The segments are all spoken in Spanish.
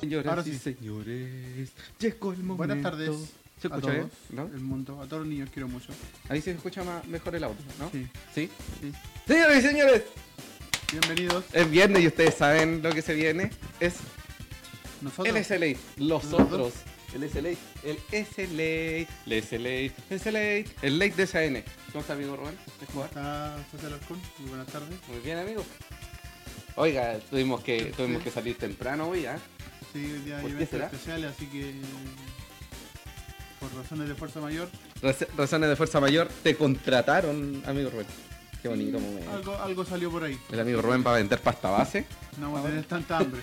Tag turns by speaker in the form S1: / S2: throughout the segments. S1: Señoras
S2: Ahora
S1: y
S2: sí.
S1: señores, llegó el momento.
S2: Buenas tardes.
S1: ¿Se
S2: a
S1: escucha, eh?
S2: todos,
S1: ¿No?
S2: El mundo, a todos los niños quiero mucho.
S1: Ahí se escucha ma- mejor el audio, ¿no?
S2: Sí,
S1: ¿Sí?
S2: sí.
S1: Señoras y señores,
S2: Bienvenidos.
S1: es viernes y ustedes saben lo que se viene. Es
S2: Nosotros.
S1: el SLA, los
S2: Nosotros.
S1: otros. El SLA, el SLA, el SLA, el SLA, el Lake de SN. ¿Cómo está, amigo Rubén?
S2: ¿Cómo está José Alarcón? Muy buenas tardes.
S1: Muy bien, amigo. Oiga, tuvimos que, tuvimos
S2: Sí.
S1: que salir temprano hoy, ¿ah?
S2: Sí, hoy día hay
S1: ¿Por qué
S2: eventos
S1: será?
S2: especiales, así que. Por razones de fuerza mayor.
S1: Raz- Razones de fuerza mayor, te contrataron, amigo Rubén. Qué bonito momento.
S2: Algo, algo salió por ahí.
S1: El amigo Rubén va a vender pasta base.
S2: No
S1: Ah,
S2: vamos a tener tanta hambre.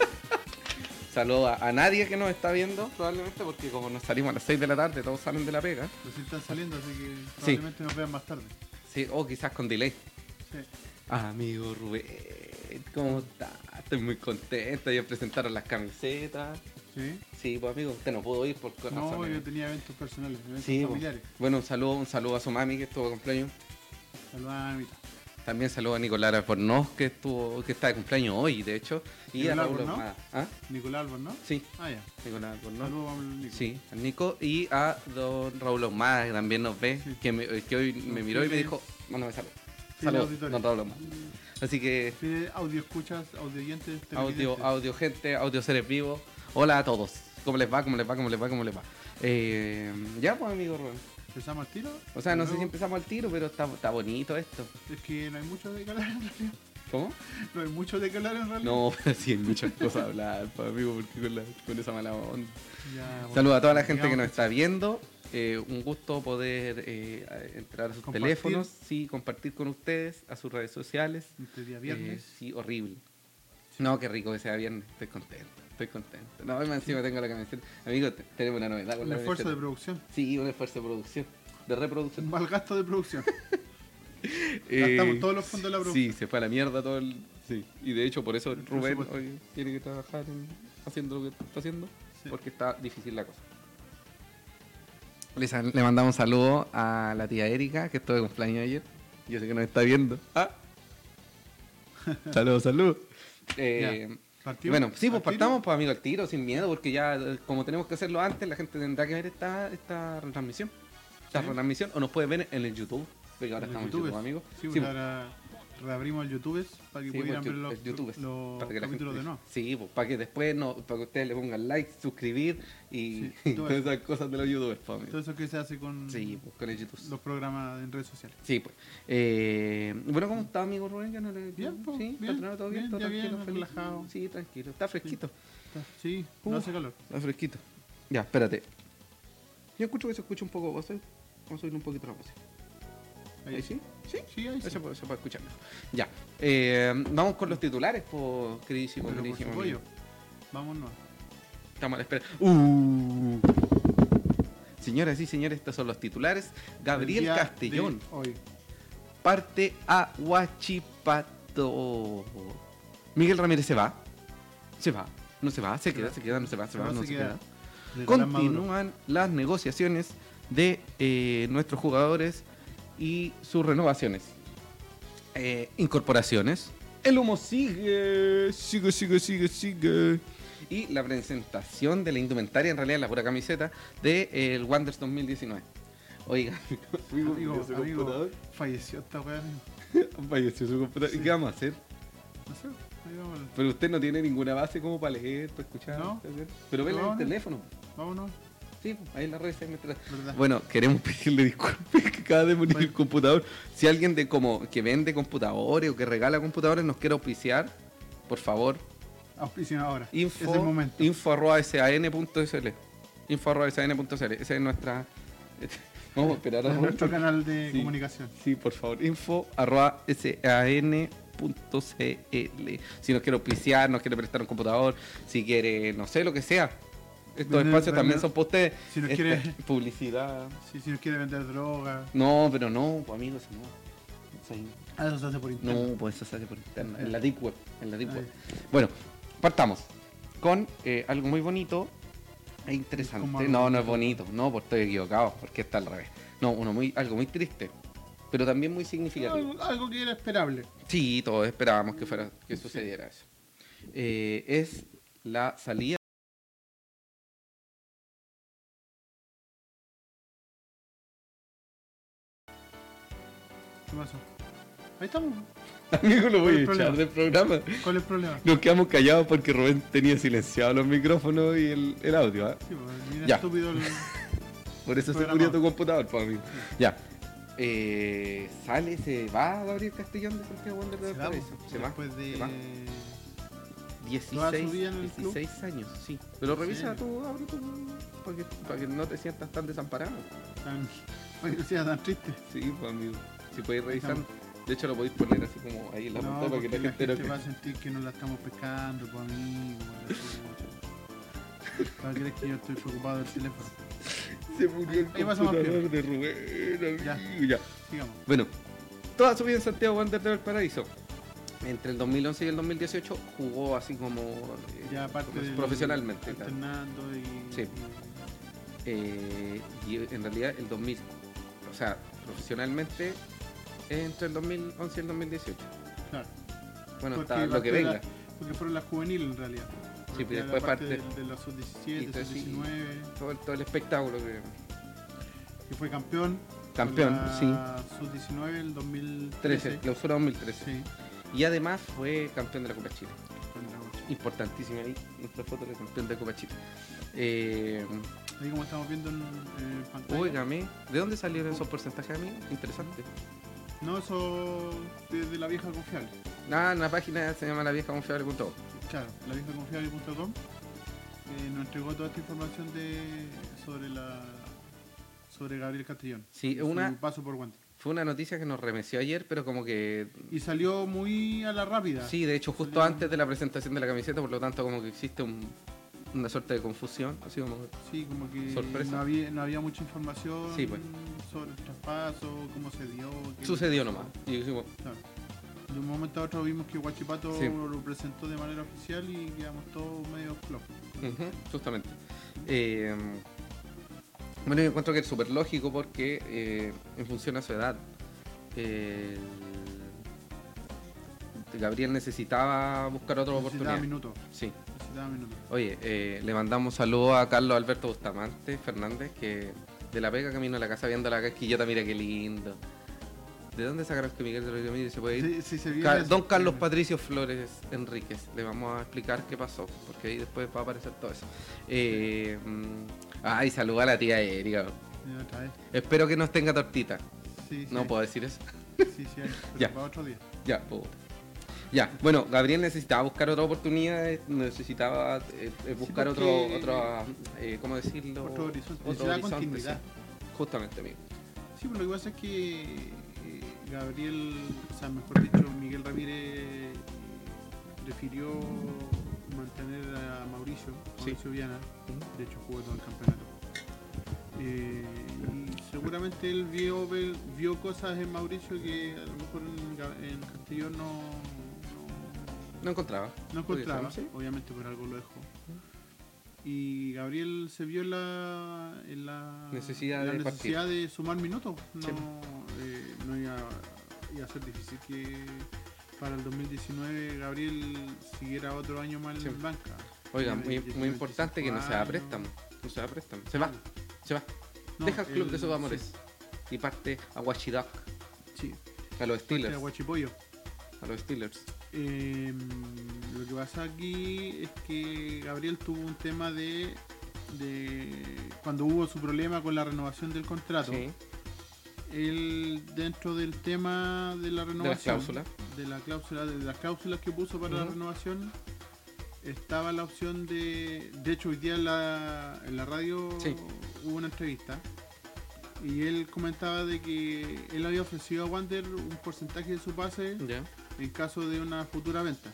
S1: Saludo a, a nadie que nos está viendo, probablemente, porque como nos salimos a las 6 de la tarde, todos salen de la pega.
S2: Recién están saliendo, así que probablemente nos vean más tarde.
S1: Sí, o quizás con delay. Ah,
S2: Sí.
S1: Amigo Rubén, ¿cómo estás? Estoy muy contento. Ya presentaron las camisetas.
S2: ¿Sí?
S1: Sí, pues amigo, usted no pudo ir por
S2: No,
S1: razones.
S2: yo tenía eventos personales, eventos
S1: Sí, pues.
S2: familiares.
S1: Bueno, un saludo, un saludo a su mami que estuvo de cumpleaños.
S2: Saludos a mi mitad.
S1: También saludo a Nicolás Albornoz que estuvo, que está de cumpleaños hoy, de hecho. Y a
S2: ¿Nicolás
S1: Raúl
S2: Albornoz?
S1: Ahumada. ¿Ah?
S2: Nicolás Álvarez, ¿no?
S1: Sí,
S2: Ah, ya.
S1: Nicolás Albornoz.
S2: Saludos a Nico.
S1: Sí, al Nico y a don Raúl Osmada, que también nos ve,
S2: Sí.
S1: que, me- que hoy me miró y me
S2: Sí.
S1: dijo, bueno, me salud.
S2: Sí,
S1: Salud,
S2: auditorio.
S1: don Raúl Osmada. Así que,
S2: Tiene audio escuchas, audio oyentes, televidentes.
S1: audio, audio gente, audio seres vivos, hola a todos. ¿Cómo les va? ¿Cómo les va? ¿Cómo les va? ¿Cómo les va? Eh, ya, pues, amigo Rubén.
S2: ¿Empezamos al tiro?
S1: O sea, no
S2: Luego-
S1: sé si empezamos al tiro, pero está, está bonito esto.
S2: Es que no hay mucho de calar en realidad.
S1: ¿Cómo?
S2: No hay mucho de calar en realidad.
S1: No, pero sí hay muchas cosas a hablar, pues, amigo, porque con, la- con esa mala onda.
S2: Ya, bueno,
S1: Saludos a toda la gente que nos
S2: digamos
S1: está viendo. Eh, un gusto poder eh, entrar a sus
S2: Compartir.
S1: teléfonos, sí, compartir con ustedes, a sus redes sociales.
S2: Este día
S1: Eh,
S2: viernes.
S1: sí, horrible. No, qué rico que sea viernes. Estoy contento, estoy contento. No, además encima tengo la camiseta. Amigo, te- tenemos una novedad con
S2: un
S1: la
S2: esfuerzo de
S1: camiseta.
S2: producción.
S1: Sí, un esfuerzo de producción, de reproducción.
S2: Un mal gasto de producción.
S1: estamos
S2: Gastamos todos los fondos de la
S1: Eh, Sí,
S2: producción.
S1: se fue a la mierda todo el... Sí, y de hecho por eso
S2: El
S1: Rubén
S2: presupuesto.
S1: hoy tiene que trabajar en- haciendo lo que está haciendo.
S2: Sí.
S1: porque está difícil la cosa. Le, sal- le mandamos un saludo a la tía Erika, que estuvo de cumpleaños ayer. Yo sé que nos está viendo. Ah. Saludos, saludos. Eh,
S2: ¿Partimos?
S1: bueno, sí, pues
S2: ¿Al tiro?
S1: partamos, pues amigo, al tiro, sin miedo, porque ya eh, como tenemos que hacerlo antes, la gente tendrá que ver esta, esta retransmisión. Esta
S2: Sí.
S1: retransmisión, o nos puede ver en el YouTube, porque ahora
S2: Los
S1: estamos en
S2: youtubers.
S1: YouTube, amigo.
S2: Sí,
S1: Sí, pues,
S2: pues ahora reabrimos el YouTube para que
S1: Sí,
S2: pudieran
S1: porque
S2: ver los,
S1: es youtubers,
S2: los
S1: para que la
S2: capítulos
S1: gente-
S2: de no.
S1: Sí, pues, para que después no, para que ustedes le pongan like, suscribir y, y
S2: Sí, todo
S1: todas
S2: eso.
S1: esas cosas de los youtubers, pues, amigo.
S2: Todo eso que se hace con
S1: Sí, pues, con el YouTube.
S2: los programas en redes sociales.
S1: Sí, pues. Eh, bueno, ¿cómo está, amigo Rubén? ¿Ya no le-
S2: Bien, pues,
S1: sí,
S2: bien,
S1: está tranquilo, todo bien,
S2: bien,
S1: todo
S2: ya
S1: tranquilo,
S2: bien,
S1: feliz.
S2: relajado.
S1: Sí, tranquilo, está fresquito.
S2: Está- Sí, no
S1: Uf.
S2: hace calor.
S1: Está fresquito. Ya, espérate. Yo escucho que se escucha un poco voces. Vamos a subir un poquito la música. ¿Ahí sí? Sí.
S2: Sí, ahí sí.
S1: Eso, puede- eso para escucharlo. Ya. Eh, vamos con los titulares, pues, queridísimo,
S2: Pero por
S1: queridísimo.
S2: su
S1: amigo.
S2: pollo. Vámonos.
S1: Estamos a la espera. Uh. Señoras y señores, estos son los titulares.
S2: El
S1: Gabriel
S2: día
S1: Castellón
S2: de Hoy.
S1: parte a Huachipato. Miguel Ramírez se va. Se va. No se va. Se queda, se queda, no se va, se va, no se queda.
S2: De Nicolás Maduro.
S1: Continúan las negociaciones de eh, nuestros jugadores y sus renovaciones. Eh, incorporaciones. El humo sigue, sigue, sigue, sigue, sigue. Y la presentación de la indumentaria, en realidad la pura camiseta, del de, eh, el Wanderers 2019. Oiga,
S2: Amigo, amigo, falleció esta weá. amigo.
S1: Falleció su computadora. ¿Y
S2: Sí.
S1: qué vamos a hacer?
S2: No sé, ahí vámonos.
S1: Pero usted no tiene ninguna base como para leer, para escuchar.
S2: No.
S1: para hacer. Pero vele
S2: No,
S1: el
S2: no.
S1: teléfono.
S2: Vámonos,
S1: Sí, pues, ahí en las redes. ahí me tra-
S2: ¿verdad?
S1: Bueno, queremos pedirle disculpas que acaba de morir
S2: Bueno.
S1: el computador. Si alguien de como que vende computadores o que regala computadores nos quiere auspiciar, por favor,
S2: Auspicien ahora.
S1: info,
S2: es el momento.
S1: info arroba san.cl. Info arroba san.cl. Esa es nuestra... Vamos a esperar a
S2: de nuestro canal de
S1: Sí.
S2: comunicación.
S1: Sí, por favor, info arroba san.cl. Si nos quiere auspiciar, nos quiere prestar un computador, si quiere, no sé, lo que sea. Estos
S2: Vender-
S1: espacios también
S2: vender-
S1: son para ustedes.
S2: si nos
S1: Este,
S2: quiere-
S1: Publicidad.
S2: Si, si nos quiere vender droga,
S1: No, pero no, pues amigos, no. Eso ahí-
S2: ah, eso se hace por internet.
S1: No, pues eso sale por internet.
S2: Ya.
S1: En la Deep Web. En la Deep
S2: Ah,
S1: Web. Bueno, partamos con eh, algo muy bonito e
S2: ¿Cómo
S1: interesante.
S2: algo
S1: No, no es
S2: bonito?
S1: bonito. No, pues estoy equivocado, porque está al revés. No, uno muy, algo muy triste, pero también muy significativo.
S2: Algo, algo que era esperable.
S1: Sí, todos esperábamos que fuera que sucediera eso. Eh, es la salida
S2: ¿Qué pasó? Ahí estamos.
S1: Amigo, lo voy a
S2: ¿Cuál es
S1: echar
S2: el problema?
S1: del programa.
S2: ¿Cuál es el problema?
S1: Nos quedamos callados porque Rubén tenía silenciado los micrófonos y el, el audio, ¿ah?
S2: Sí, pues, mira
S1: Ya.
S2: estúpido el...
S1: Por eso se
S2: Programa.
S1: murió tu computador, para mí. Ya. Eh, sale, se va Gabriel Castellón de Santiago Wander de
S2: Se va,
S1: Valparaíso.
S2: pues,
S1: Se va.
S2: Después de...
S1: se va.
S2: toda su vida en el
S1: 16, 16 años, sí. Pero revisa
S2: Sí.
S1: tu Gabriel, tu- para que, para que no te sientas tan desamparado.
S2: Tan... Oye, no sea tan triste.
S1: Sí, pues amigo. Si podéis revisar.
S2: estamos.
S1: De hecho, lo podéis poner así como ahí en la
S2: No,
S1: pantalla para
S2: porque
S1: que la gente lo
S2: va a sentir que no la estamos pescando, pues amigo. la chucha. ¿Para qué crees que yo estoy preocupado del teléfono?
S1: Se murió el
S2: Ahí pasamos al
S1: computador de Rubén,
S2: Ya.
S1: amigo. Ya.
S2: Sigamos.
S1: Bueno, toda su vida en Santiago Wander de Valparaíso. Entre el 2011 y el 2018 jugó así como eh,
S2: Ya aparte
S1: como
S2: del-
S1: profesionalmente. claro.
S2: Alternando y...
S1: Sí. Eh, y en realidad el 2000, o sea, profesionalmente entre el 2011 y el 2018.
S2: Claro.
S1: Bueno,
S2: Porque
S1: está lo que
S2: parte de la-
S1: venga.
S2: Porque fueron las juveniles en realidad. Porque
S1: pero
S2: era
S1: después
S2: parte
S1: parte-
S2: del- de, los
S1: y
S2: sub-17,
S1: entonces sí.
S2: sub-19,
S1: Todo, el- todo el espectáculo que...
S2: que fue campeón.
S1: Campeón,
S2: con la Sub-19 el 2013.
S1: 13, clausura 2013.
S2: Sí,
S1: Y además fue campeón de la Copa Chile.
S2: con Dragon Ball.
S1: Importantísima ahí nuestra foto de campeón de Copa Chile. Eh,
S2: Ahí como estamos viendo en, en pantalla.
S1: óigame, ¿de dónde salieron esos porcentajes a mí? Interesante.
S2: No, eso desde la vieja confiable.
S1: Nada, en la página se llama la vieja confiable.com.
S2: Claro, la vieja confiable.com eh, nos entregó toda esta información de sobre la sobre Gabriel Castellón.
S1: Sí,
S2: Y
S1: una-
S2: su paso por guante.
S1: Fue una noticia que nos remeció ayer, pero como que...
S2: Y salió muy a la rápida.
S1: Sí, de hecho justo
S2: Salió-
S1: antes de la presentación de la camiseta, por lo tanto como que existe un- una suerte de confusión, así como...
S2: Sí, como que
S1: Sorpresa.
S2: No, había, no había mucha información
S1: Sí, pues.
S2: sobre el traspaso, cómo se dio. qué-
S1: Sucedió nomás. Y dijimos,
S2: Claro. De un momento a otro vimos que Guachipato
S1: Sí.
S2: lo presentó de manera oficial y quedamos todos medio flop.
S1: Ujú, justamente. Eh, bueno, yo encuentro que es súper lógico porque eh, en función a su edad, eh, Gabriel necesitaba buscar otra
S2: Necesitaba
S1: oportunidad.
S2: minutos,
S1: Sí.
S2: necesitaba minutos.
S1: Oye, eh, le mandamos saludos a Carlos Alberto Bustamante Fernández, que de la pega camino a la casa viendo la casquillota, mira qué lindo. ¿De dónde sacaron que Miguel de los Ramírez se puede ir?
S2: Sí, sí, se vio
S1: Ca-
S2: eso.
S1: Don Carlos
S2: Sí.
S1: Patricio Flores Enríquez. Le vamos a explicar qué pasó, porque ahí después va a aparecer todo eso. Eh, mm, ay, saluda a la tía Erika.
S2: Sí, otra vez.
S1: Espero que nos tenga tortita.
S2: Sí, sí,
S1: No puedo decir eso.
S2: Sí, sí, hay, pero
S1: Ya.
S2: para otro día.
S1: Ya, po. Ya, bueno, Gabriel necesitaba buscar otra oportunidad, eh, necesitaba eh, eh, buscar otro,
S2: porque-
S1: otra, eh, ¿cómo decirlo?
S2: Otro horizonte,
S1: Otro
S2: necesitaba
S1: horizonte,
S2: continuidad.
S1: sí. Justamente, amigo.
S2: Sí, pero lo que pasa es que eh, Gabriel, o sea, mejor dicho, Miguel Ramírez eh, prefirió mantener a Mauricio,
S1: Sí.
S2: Mauricio Viana, de hecho jugó todo el campeonato. Eh, y seguramente él vio, ve- vio cosas en Mauricio que a lo mejor en, Ga- en Castellón no, no-
S1: No encontraba.
S2: no encontraba,
S1: Sí.
S2: obviamente por algo lo dejó. Y Gabriel se vio en la, en la
S1: Necesidad
S2: la
S1: de
S2: necesidad de sumar minutos. No,
S1: Sí.
S2: eh, no iba, iba a ser difícil que para el 2019 Gabriel siguiera otro año más
S1: Sí.
S2: en banca.
S1: Oiga,
S2: Tiene
S1: muy,
S2: 25
S1: muy importante que no se da
S2: años.
S1: préstamo. No se da préstamo. Se va, se va.
S2: Ah. No,
S1: Deja el club
S2: él-
S1: de sus amores. Y parte a Washidak,
S2: Sí,
S1: a los
S2: de
S1: Steelers.
S2: Aguachipollo.
S1: A los Steelers.
S2: Eh, lo que pasa aquí es que Gabriel tuvo un tema de, de cuando hubo su problema con la renovación del contrato.
S1: Sí.
S2: Él dentro del tema de la renovación,
S1: cláusula.
S2: de la cláusula, de las cláusulas que puso para la
S1: Ujú.
S2: renovación, estaba la opción de, de hecho hoy día en la, en la radio
S1: Sí.
S2: hubo una entrevista y él comentaba de que él había ofrecido a Wander un porcentaje de su pase
S1: Ya.
S2: en caso de una futura venta.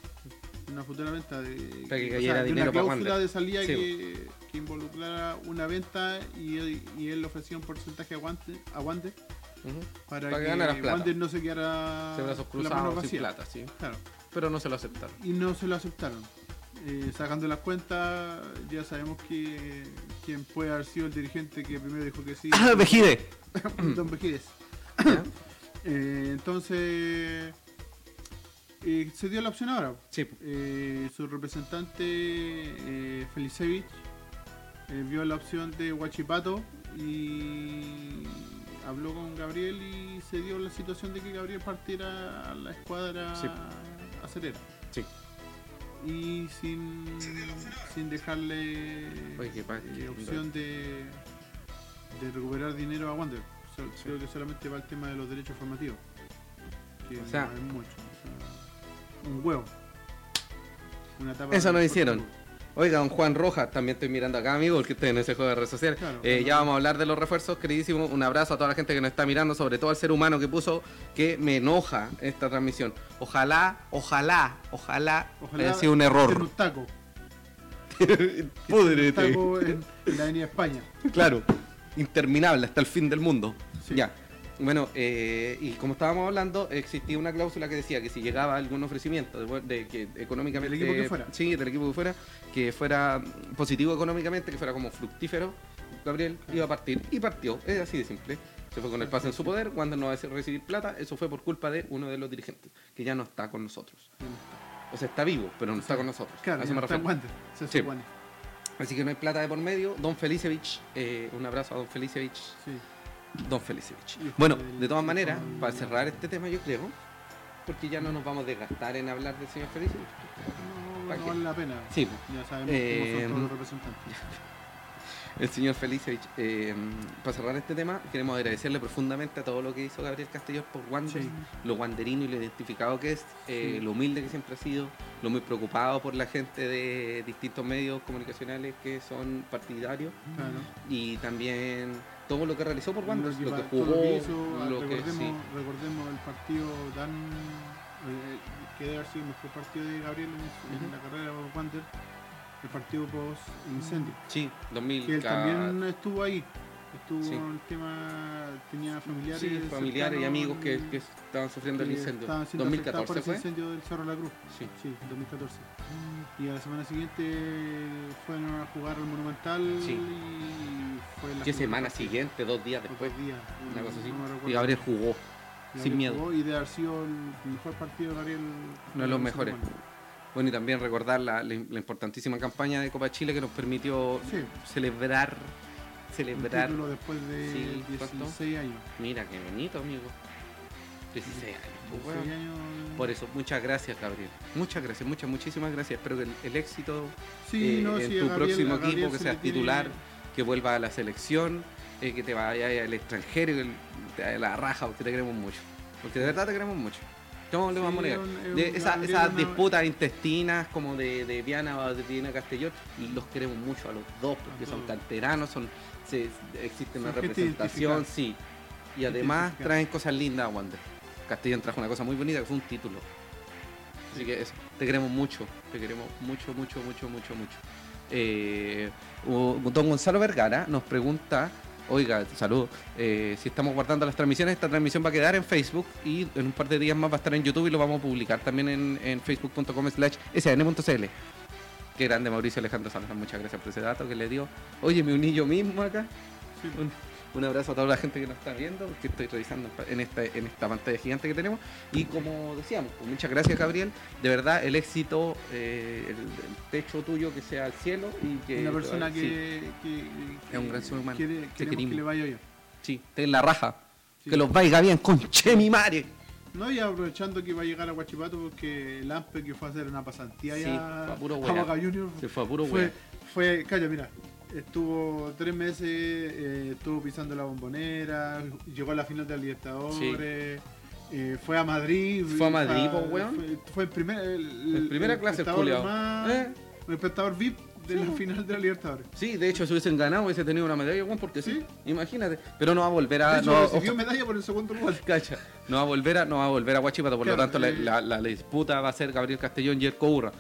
S2: Una futura venta de,
S1: Para que
S2: o sea,
S1: cayera
S2: de
S1: dinero para
S2: una cláusula
S1: Wander.
S2: de salida
S1: Sí,
S2: que, que involucrara una venta y él, y él ofrecía un porcentaje a Wander, a Wander
S1: Ujú.
S2: para,
S1: Para que ganara
S2: que
S1: plata.
S2: Wander no se quedara
S1: Se brazos
S2: con las manos
S1: cruzados sin
S2: vacías.
S1: plata, sí.
S2: Claro,
S1: Pero no se lo aceptaron.
S2: y no se lo aceptaron. Eh, sacando las cuentas, ya sabemos que quien puede haber sido el dirigente que primero dijo que sí,
S1: Vejide!
S2: Don Bejides. Eh, entonces, eh, se dio la opción ahora.
S1: Sí. po.
S2: Eh, su representante eh, Felicevich eh, vio la opción de Huachipato y a habló con Gabriel y se dio la situación de que Gabriel partiera a la escuadra
S1: Sí.
S2: acerera.
S1: Sí.
S2: Y sin, sin dejarle
S1: Oye, qué pa-
S2: eh,
S1: qué
S2: opción de, de recuperar dinero a Wander. So-
S1: Sí.
S2: Creo que solamente va el tema de los derechos formativos. Que
S1: O sea-
S2: no es mucho. o sea, un huevo. Una tapa
S1: Eso
S2: de-
S1: no hicieron. Oiga, don Juan Rojas, también estoy mirando acá, amigo, porque estoy en ese juego de redes sociales.
S2: Claro,
S1: Eh,
S2: claro.
S1: Ya vamos a hablar de los refuerzos, queridísimo. Un abrazo a toda la gente que nos está mirando, sobre todo al ser humano que puso que me enoja esta transmisión. Ojalá, ojalá, ojalá, haya sido un
S2: tiene
S1: error.
S2: Un taco. Un
S1: Púdrete.
S2: taco en la Avenida España.
S1: Claro, interminable hasta el fin del mundo.
S2: Sí.
S1: Ya. Bueno, eh, y como estábamos hablando, existía una cláusula que decía que si llegaba algún ofrecimiento de, de que económicamente
S2: Del equipo que fuera.
S1: sí, del equipo que fuera, que fuera positivo económicamente, que fuera como fructífero, Gabriel
S2: Ah.
S1: iba a partir y partió, es así de simple. Se fue con el pase en su poder, cuando no va a recibir plata, eso fue por culpa de uno de los dirigentes, que ya no está con nosotros. O sea, está vivo, pero no está con nosotros.
S2: Claro,
S1: A eso me
S2: ya está en
S1: refiero.
S2: Wander, se
S1: Sí.
S2: supone.
S1: Así que no hay plata de por medio. Don Felicevich, eh, un abrazo a Don Felicevich.
S2: Sí.
S1: Don Felicevich.
S2: Hijo
S1: Bueno,
S2: del-
S1: de todas
S2: hijo
S1: maneras,
S2: del-
S1: para cerrar este tema, yo creo, porque ya no nos vamos a desgastar en hablar del señor Felicevich.
S2: No,
S1: ¿Para
S2: no
S1: qué?
S2: vale la pena.
S1: Sí.
S2: Ya sabemos cómo
S1: Eh,
S2: son todos los representantes.
S1: El señor Felicevich, eh, para cerrar este tema, queremos agradecerle profundamente a todo lo que hizo Gabriel Castellón por Wander,
S2: Sí.
S1: lo wanderino y lo identificado que es, eh,
S2: Sí.
S1: lo humilde que siempre ha sido, lo muy preocupado por la gente de distintos medios comunicacionales que son partidarios.
S2: Claro.
S1: y también todo lo que realizó por Wander, lo
S2: pa-
S1: que
S2: todo
S1: jugó,
S2: que hizo, ah,
S1: lo que
S2: recordemos,
S1: sí,
S2: recordemos el partido tan. eh, que debe haber sido el mejor partido de Gabriel en, su- en
S1: Ujú.
S2: la carrera por Wander. El partido post incendio.
S1: sí,
S2: Que él
S1: 2014,
S2: también estuvo ahí. Estuvo
S1: Sí.
S2: el tema. Tenía familiares.
S1: sí, familiares y
S2: cercanos
S1: amigos que,
S2: en-
S1: que estaban sufriendo el
S2: que
S1: incendio.
S2: estaban siendo afectados por
S1: 2014
S2: ese
S1: fue,
S2: incendio del Cerro La Cruz.
S1: sí,
S2: Sí, 2014. Y a la semana siguiente fueron a jugar al Monumental
S1: Sí.
S2: y fue la
S1: qué
S2: final
S1: semana
S2: del partido.
S1: siguiente, dos días
S2: O
S1: después,
S2: dos días,
S1: una
S2: no-
S1: cosa Pues, así,
S2: Pues, no me recuerdo.
S1: y Gabriel jugó
S2: Gabriel
S1: sin miedo.
S2: jugó Y de haber sido el mejor partido de Gabriel.
S1: Uno de los mejores. Bueno, y también recordar la, la- la importantísima campaña de Copa Chile que nos permitió
S2: Sí.
S1: celebrar,
S2: Un
S1: celebrar,
S2: título después de
S1: Sí, ¿cuánto?
S2: 16 años.
S1: mira qué bonito, amigo, 16 años, pues, weón.
S2: 16 años.
S1: Por eso, muchas gracias, Gabriel. Muchas gracias, muchas, muchísimas gracias. Espero que el, el éxito,
S2: Sí,
S1: eh,
S2: no,
S1: en
S2: sí, a
S1: tu
S2: Gabriel-
S1: próximo
S2: a Gabriel
S1: equipo, que
S2: se
S1: seas
S2: le tiene-
S1: titular, que vuelva a la selección, eh, que te vaya al extranjero, que te vaya a la raja, porque te queremos mucho. Porque de verdad te queremos mucho. No le
S2: Sí,
S1: vamos a negar.
S2: es un- es
S1: De
S2: un-
S1: esa-
S2: Gabriel
S1: esas
S2: es una-
S1: disputas intestinas como de, de Viana o de Viana Castellón, los queremos mucho a los dos, porque son
S2: todos.
S1: canteranos, son, se- existe una
S2: Son gente
S1: representación,
S2: identificada.
S1: sí. Y además
S2: identificada.
S1: traen cosas lindas a Wander. Castellón trajo una cosa muy bonita que fue un título. Así que eso, te queremos mucho, te queremos mucho, mucho, mucho, mucho, mucho. Eh, o- don Gonzalo Vergara nos pregunta, oiga, saludos, eh, si estamos guardando las transmisiones, esta transmisión va a quedar en Facebook y en un par de días más va a estar en YouTube y lo vamos a publicar también en, en facebook.com slash sn.cl. Qué grande Mauricio Alejandro Salazar, muchas gracias por ese dato que le dio. Oye, me uní yo mismo acá.
S2: Sí.
S1: Un, un abrazo a toda la gente que nos está viendo, que estoy revisando en pa- en esta, en esta pantalla gigante que tenemos. Y como decíamos, pues, muchas gracias Gabriel. De verdad, el éxito, eh, el, el techo tuyo que sea al cielo y que...
S2: Una persona
S1: sí,
S2: que, que-
S1: Es un gran ser humano.
S2: quiere-
S1: Te
S2: queremos
S1: querimos.
S2: que le vaya bien.
S1: Sí, esté en la raja.
S2: Sí.
S1: Que los vaya bien, conche mi madre.
S2: No, y aprovechando que va a llegar a Guachipato porque el Ampe que fue a hacer una pasantía
S1: Sí,
S2: allá
S1: fue a puro
S2: a
S1: weá.
S2: Boca Juniors,
S1: Se fue a puro
S2: fue,
S1: weón.
S2: fue, calla, mira, estuvo tres meses, eh, estuvo pisando la bombonera, llegó a la final de la Libertadores, eh, fue a Madrid.
S1: Fue a Madrid,
S2: fue-
S1: po, weón.
S2: Fue, fue el primer, el,
S1: En primera clase, el
S2: espectador
S1: culiao.
S2: más-
S1: ¿Eh? pues.
S2: El espectador VIP de la final de la Libertadores.
S1: Sí, de hecho, si hubiesen ganado, hubiese tenido una medalla, weón, porque sí.
S2: Sí.
S1: Imagínate. Pero no va a volver a.
S2: De hecho,
S1: Ah, no, va-
S2: recibió medalla por el segundo lugar.
S1: Cacha. No va a volver a, no va a volver a Guachipato, por lo
S2: Claro,
S1: tanto la-
S2: eh.
S1: la, la- la disputa va a ser Gabriel Castellón y el Urra.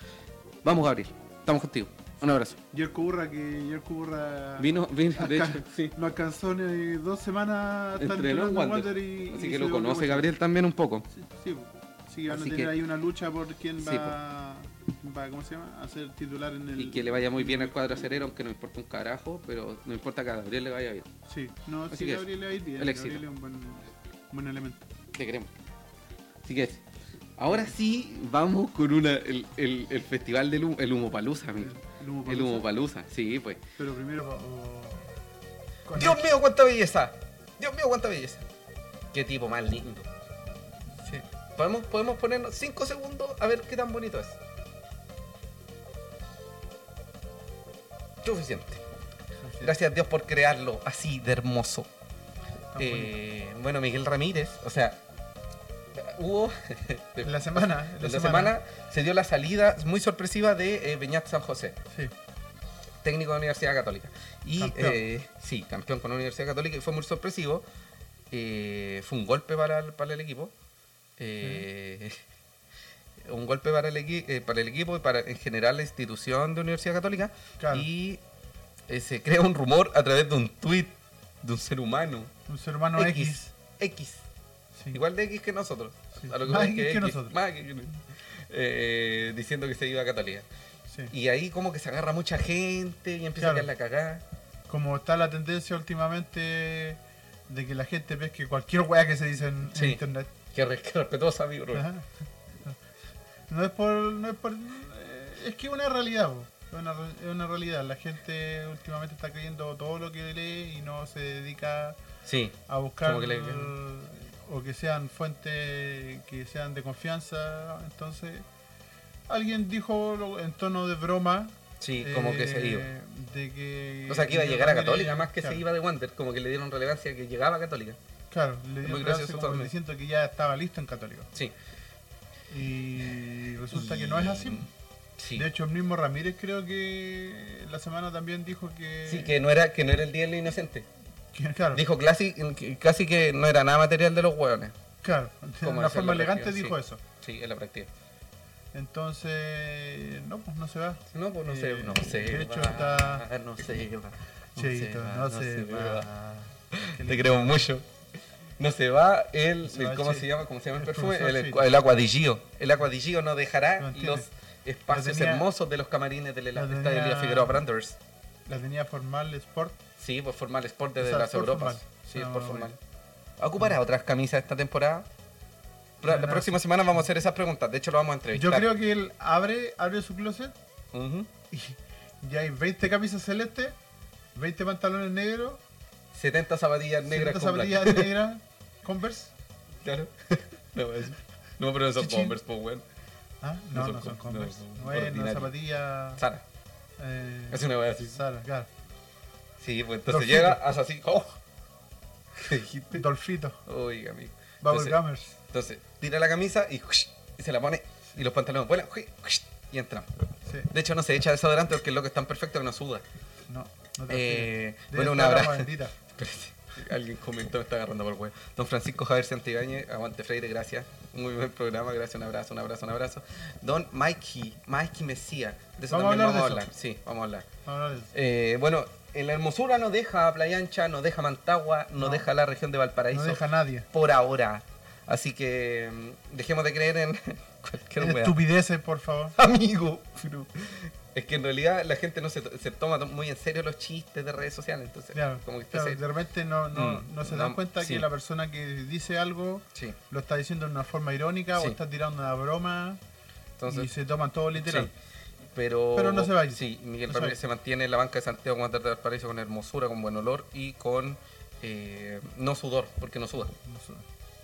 S1: Vamos Gabriel, estamos contigo. Un abrazo.
S2: Yerko Burra, que Yerko Burra...
S1: Vino, vino, de
S2: Acá.
S1: hecho, sí.
S2: No alcanzó ni dos semanas
S1: Entrenó en
S2: entrenando en
S1: Wander.
S2: Wander y-
S1: Así
S2: y
S1: que
S2: se
S1: lo
S2: volvió
S1: conoce
S2: Wander.
S1: Gabriel también un poco.
S2: Sí, sí, po. Así que van
S1: Así
S2: a tener
S1: que-
S2: ahí una lucha por quién
S1: Sí,
S2: va, va ¿cómo se llama? a ser titular en el.
S1: Y que le vaya muy bien al cuadro acerero, aunque no importa un carajo, pero no importa que a Gabriel le vaya bien.
S2: Sí, no,
S1: Así
S2: sí,
S1: que
S2: Gabriel le va a ir bien.
S1: el éxito.
S2: Gabriel es un buen, buen elemento.
S1: Te queremos. Así que, ahora sí, vamos con una, el, el- el festival del humo, el humo palusa, amigo.
S2: El humo
S1: El humo palusa, sí, pues.
S2: Pero primero. oh, con-
S1: mío, cuánta belleza! Dios mío, cuánta belleza. Qué tipo más lindo.
S2: Sí.
S1: Podemos, podemos ponernos 5 segundos a ver qué tan bonito es. Suficiente. Gracias a Dios por crearlo así de hermoso.
S2: Tan
S1: Eh, bueno, Miguel Ramírez, o sea, hubo
S2: bonito. La semana.
S1: en la semana se dio la salida muy sorpresiva de eh, Beñat San José,
S2: Sí.
S1: técnico de la Universidad Católica. Y
S2: Campeón.
S1: eh, sí, campeón con la Universidad Católica y fue muy sorpresivo. Eh, fue un golpe para el, para el equipo. Eh, Un golpe para el, equi- eh, para el equipo y para en general la institución de Universidad Católica.
S2: Claro.
S1: Y eh, se crea un rumor a través de un tuit de un ser humano.
S2: Un ser humano X.
S1: X.
S2: Sí.
S1: Igual de X que nosotros.
S2: Sí.
S1: A lo
S2: Más
S1: voy
S2: X que nosotros.
S1: más X que nosotros. Eh, diciendo que se iba a Católica.
S2: Sí.
S1: Y ahí como que se agarra mucha gente y empieza a
S2: Claro.
S1: caer la cagada.
S2: Como está la tendencia últimamente de que la gente pesque cualquier weá que se dice en, en
S1: Sí.
S2: internet.
S1: Que, re- que respetuosa mi bro.
S2: Ajá. No es por. No es, por eh, es que es una realidad, po. es una, re- es una realidad. La gente últimamente está creyendo todo lo que lee y no se dedica
S1: Sí,
S2: a buscar
S1: Como que le-
S2: o que sean fuentes que sean de confianza. Entonces, alguien dijo lo- en tono de broma.
S1: sí, como que se
S2: eh,
S1: iba.
S2: De que,
S1: O sea, que iba a llegar a
S2: Ramírez-
S1: Católica, más que
S2: claro,
S1: se iba de Wander, como que le dieron relevancia que llegaba a Católica.
S2: Claro, le
S1: Es
S2: dio
S1: muy
S2: un
S1: gracioso
S2: brazo como
S1: también.
S2: diciendo que ya estaba listo en Católica.
S1: Sí.
S2: Y resulta
S1: Y-
S2: que no es así.
S1: Mm, Sí.
S2: De hecho, el mismo Ramírez creo que la semana también dijo que...
S1: Sí, que no era, que no era el día del inocente.
S2: que- claro,
S1: Dijo casi, que- casi que no era nada material de los hueones.
S2: claro, de
S1: como
S2: una
S1: hacer
S2: forma
S1: la
S2: elegante
S1: reacción,
S2: dijo
S1: sí.
S2: eso.
S1: Sí, en la práctica.
S2: Entonces, no, pues no se va.
S1: No, pues no
S2: Eh,
S1: sé, no sé.
S2: de hecho
S1: va, Ah,
S2: está-
S1: No sé, va. no se
S2: Cheito,
S1: va,
S2: no, se, va. Qué
S1: Te
S2: lindo.
S1: creo mucho. No se va el,
S2: se va
S1: el- ¿cómo
S2: el
S1: se
S2: Che-
S1: llama? ¿Cómo se llama el
S2: el
S1: perfume?
S2: profesor
S1: El, el,
S2: Cheito.
S1: el agua de Gio. El agua de Gio no
S2: Lo
S1: dejará
S2: entiende.
S1: los espacios
S2: La tenía-
S1: hermosos de los camarines del
S2: la
S1: estadio
S2: tenía-
S1: Elías Figueroa Branders.
S2: La tenía formal Sport.
S1: Sí, por formal sport desde
S2: O sea,
S1: las
S2: Sport
S1: Europas.
S2: formal.
S1: Sí,
S2: Ah,
S1: por
S2: muy
S1: formal.
S2: bien.
S1: ¿Ocupará otras camisas esta temporada? Pro- La
S2: Bueno,
S1: próxima semana vamos a hacer esas preguntas. De hecho, lo vamos a entrevistar.
S2: Yo creo que él abre, abre su closet
S1: Ujú.
S2: y ya hay 20 camisas celestes, 20 pantalones negros,
S1: 70 zapatillas negras
S2: 70
S1: con blanco.
S2: zapatillas negras, Converse.
S1: Claro. No, es- no, pero no son
S2: Chichín.
S1: bombers, pues, weón.
S2: Ah,
S1: No
S2: no,
S1: son
S2: no son
S1: con- no,
S2: Converse.
S1: son
S2: Bueno,
S1: ordinarios.
S2: zapatillas...
S1: Sara.
S2: eh,
S1: Es una wea así.
S2: Sara, claro.
S1: Sí, pues entonces
S2: Torcito.
S1: llega, hace así. ¡Oh! ¿Qué dijiste?
S2: Dolfito,
S1: Oiga, amigo. Entonces,
S2: Bubblegummers.
S1: entonces, tira la camisa y, ¡cush! y se la pone. Y los pantalones vuelan. ¡cush! ¡cush! Y entra.
S2: Sí,
S1: De hecho, no se echa desodorante porque el loco es tan perfecto que no suda.
S2: no, no te
S1: Eh,
S2: olvides.
S1: bueno,
S2: Debe
S1: un
S2: estar
S1: abrazo.
S2: agua bendita.
S1: Espérate, Alguien comentó, me está agarrando por el huevo. Don Francisco Javier Santibáñez, aguante Freire, gracias. Muy buen programa, gracias, un abrazo, un abrazo, un abrazo. Don Mikey, Mikey Mesía, de eso
S2: Vamos a
S1: también
S2: hablar
S1: vamos
S2: de
S1: a
S2: eso.
S1: hablar. Sí, vamos a hablar.
S2: Vamos a hablar de eso.
S1: Eh, bueno, en la hermosura nos deja Playa Ancha, nos deja Mantagua, nos
S2: No.
S1: deja la región de Valparaíso.
S2: No deja a nadie.
S1: por ahora. Así que mm, dejemos de creer en cualquier
S2: En
S1: wea.
S2: Estupideces, por favor.
S1: Amigo. pero es que en realidad la gente no se, to- se toma to- muy en serio los chistes de redes sociales. Entonces,
S2: Claro,
S1: como que
S2: claro,
S1: se-
S2: de repente no, no,
S1: Mm,
S2: no se dan
S1: no,
S2: cuenta
S1: sí.
S2: que la persona que dice algo
S1: Sí,
S2: lo está diciendo de una forma irónica
S1: Sí.
S2: o está tirando una broma y
S1: entonces.
S2: se toman todo literal.
S1: sí. Pero,
S2: Pero no se va a ir.
S1: Sí, Miguel
S2: No se va a
S1: Ramírez
S2: ir.
S1: se mantiene en la banca de Santiago Wander de Valparaíso con hermosura, con buen olor y con eh, no sudor, porque no suda.
S2: No sé,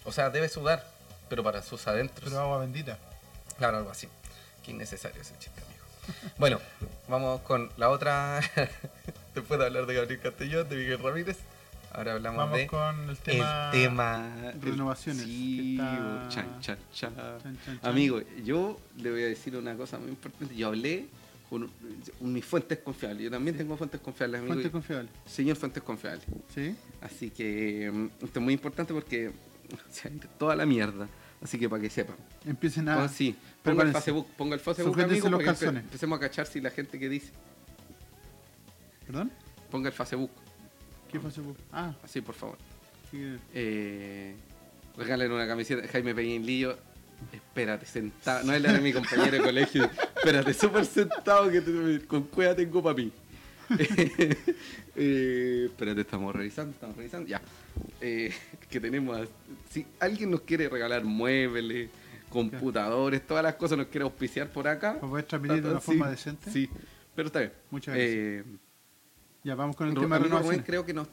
S1: O sea, debe sudar, pero para sus adentros.
S2: Pero agua bendita.
S1: Claro, algo así. Qué innecesario ese chiste, amigo. Bueno, vamos con la otra. Después de hablar de Gabriel Castellón, de Miguel Ramírez, ahora hablamos
S2: Vamos
S1: de
S2: con el
S1: el
S2: tema.
S1: tema.
S2: Renovaciones,
S3: Sí, uh,
S2: que está-
S3: chan, chan, chan.
S2: Chan, chan, chan.
S3: Amigo, yo le voy a decir una cosa muy importante. Yo hablé con con mis fuentes confiables. Yo también tengo fuentes confiables, amigo.
S2: Fuentes confiables.
S3: Señor fuentes confiables.
S2: ¿Sí?
S3: Así que mm, esto es muy importante porque se va a ir toda la mierda. Así que para que sepan.
S2: Empiecen
S3: Ponga-
S1: Oh,
S2: a.
S3: sí, ponga el
S2: prepárense.
S3: Facebook, ponga el Facebook,
S2: Sujétense
S3: amigo,
S2: los
S3: para que empe-
S2: calzones.
S3: empecemos a cachar si la gente que dice,
S2: ¿Perdón?
S3: ponga el Facebook.
S2: ¿Qué fue Facebook? Ah,
S3: Así, por favor.
S2: sí.
S3: Eh, regalen una camiseta. Jaime Peñín Lillo. Espérate, sentado. No era de mi compañero de colegio. Espérate, súper sentado que te- con cueva tengo papi. eh, espérate, estamos revisando, estamos revisando. Ya. Eh, que tenemos. a- si alguien nos quiere regalar muebles, computadores, todas las cosas nos quiere auspiciar por acá.
S2: ¿Para poder transmitir de una
S3: Sí,
S2: forma decente?
S3: Sí, pero está bien.
S2: Muchas gracias.
S3: Eh,
S2: Ya, vamos con el
S3: Ru-
S2: tema de
S3: amigo Rubén,
S2: renovaciones.
S3: creo que nos.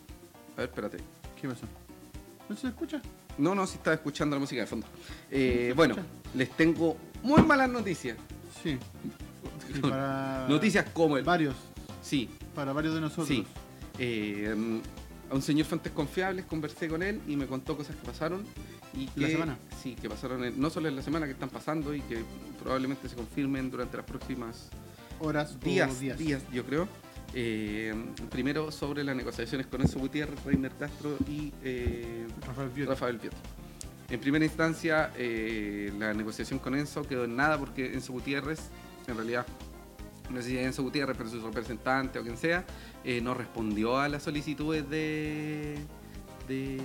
S3: A ver, espérate.
S2: ¿Qué pasó? ¿No se escucha?
S1: No, no, si estaba escuchando la música de fondo. Eh, bueno, les tengo muy malas noticias.
S2: Sí. Y para
S1: Noticias como el...
S2: Varios.
S1: Sí,
S2: Para varios de nosotros.
S1: sí. Eh, mm, a un señor fuentes confiables conversé con él y me contó cosas que pasaron. Y que,
S2: ¿La semana?
S1: Sí, que pasaron en- no solo en la semana que están pasando y que probablemente se confirmen durante las próximas
S2: Horas o
S1: días,
S2: días.
S1: días, yo creo. Eh, primero sobre las negociaciones con Enzo Gutiérrez, Reiner Castro y eh,
S2: Rafael Viera.
S1: Rafael Pietro. En primera instancia, eh, la negociación con Enzo quedó en nada porque Enzo Gutiérrez, en realidad, no sé si es Enzo Gutiérrez, pero su representante o quien sea, eh, no respondió a las solicitudes de, de,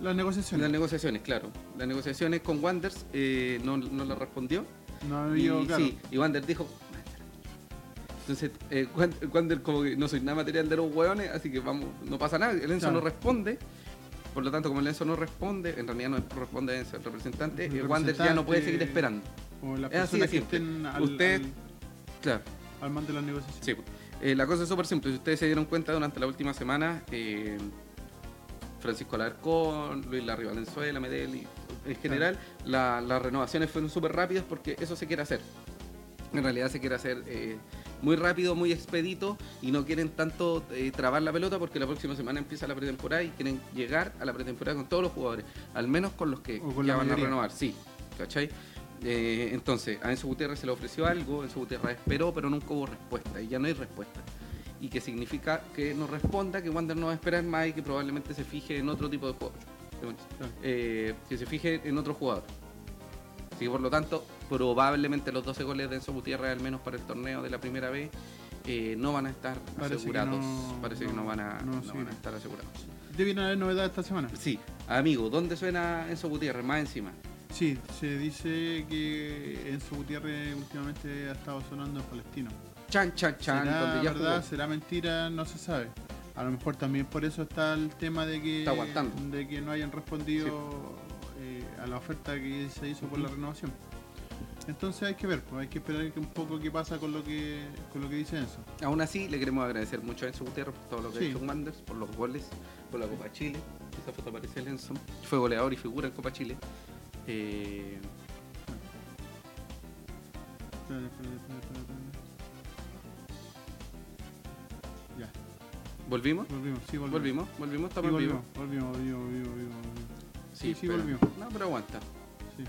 S2: Las
S1: de
S2: negociaciones.
S1: las negociaciones, claro. Las negociaciones con Wanders eh, no, no las respondió.
S2: no ha
S1: Y,
S2: habido, claro.
S1: sí, y Wander dijo. Entonces, eh, Wan- Wander como que no soy nada material de los hueones, así que vamos, no pasa nada. El Enzo
S2: Claro.
S1: no responde. Por lo tanto, como el Enzo no responde, en realidad no responde Enzo, el representante,
S2: El
S1: eh, Wander ya no puede seguir
S2: representante.
S1: esperando.
S2: O las
S1: es así de
S2: personas que
S1: simple.
S2: estén al,
S1: Usted-
S2: al,
S1: Claro.
S2: al mando de las negociaciones.
S1: Sí, pues. Eh, la cosa es súper simple. Si ustedes se dieron cuenta durante la última semana, eh, Francisco Alarcón, Luis Larry Valenzuela, Medel, y, en general, la- las renovaciones fueron súper rápidas porque eso se quiere hacer. En realidad se quiere hacer eh, muy rápido, muy expedito y no quieren tanto eh, trabar la pelota porque la próxima semana empieza la pretemporada y quieren llegar a la pretemporada con todos los jugadores, al menos con los que
S2: O con
S1: ya
S2: la
S1: van
S2: mayoría.
S1: a renovar, sí, ¿cachai? Eh, entonces, a Enzo Gutiérrez se le ofreció algo, Enzo Gutiérrez esperó, pero nunca hubo respuesta y ya no hay respuesta. Y que significa que no responda, que Wander no va a esperar más y que probablemente se fije en otro tipo de jugador.
S2: Claro.
S1: Eh, que se fije en otro jugador. Así que por lo tanto, probablemente los 12 goles de Enzo Gutiérrez, al menos para el torneo de la primera vez, eh, no van a estar
S2: Parece que
S1: asegurados.
S2: no-
S1: Parece que no
S2: no-
S1: van, a,
S2: no
S1: no van a
S2: sirve.
S1: estar asegurados.
S2: Deben haber novedades esta semana.
S1: Sí, amigo, ¿dónde suena Enzo Gutiérrez? Más encima.
S2: Sí, se dice que Enzo Gutiérrez últimamente ha estado sonando en Palestino.
S1: Chan, chan, chan,
S2: ¿Será
S1: donde ya
S2: verdad?
S1: jugó.
S2: ¿Será mentira? No se sabe. A lo mejor también por eso está el tema de que,
S1: Está aguantando.
S2: de que no hayan respondido eh, a la oferta que se hizo por la renovación. Entonces hay que ver, pues hay que esperar que un poco qué pasa con lo que con lo que dice Enzo.
S1: Aún así, le queremos agradecer mucho a Enzo Gutiérrez por todo lo que
S2: Sí.
S1: ha hecho en Wanderers, por los goles, por la Copa Chile. Esa foto aparece el Enzo. Fue goleador y figura en Copa Chile. Eh,
S2: Espérate, espérate, espérate, espérate.
S1: ¿Volvimos?
S2: Volvimos, sí, volvimos.
S1: Volvimos, volvimos,
S2: Sí,
S1: estamos en vivo.
S2: volvimos, volvimos, volvimos, volvimos, volvimos, volvimos. Sí, sí,
S1: pero-
S2: volvimos.
S1: No, pero aguanta.
S2: Sí.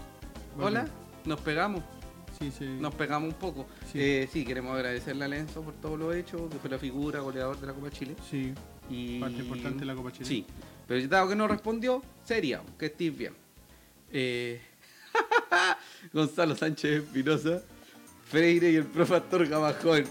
S1: Hola,
S2: Volvimos.
S1: nos pegamos,
S2: Sí, sí.
S1: nos pegamos un poco.
S2: Sí.
S1: Eh, sí, queremos agradecerle a Lenzo por todo lo hecho, que fue la figura goleador de la Copa Chile.
S2: Sí,
S1: Y...
S2: parte importante de la Copa Chile.
S1: Sí, pero dado que no respondió, sería que estés bien. Eh, Gonzalo Sánchez Espinosa, Freire y el profe Astor Gamajón.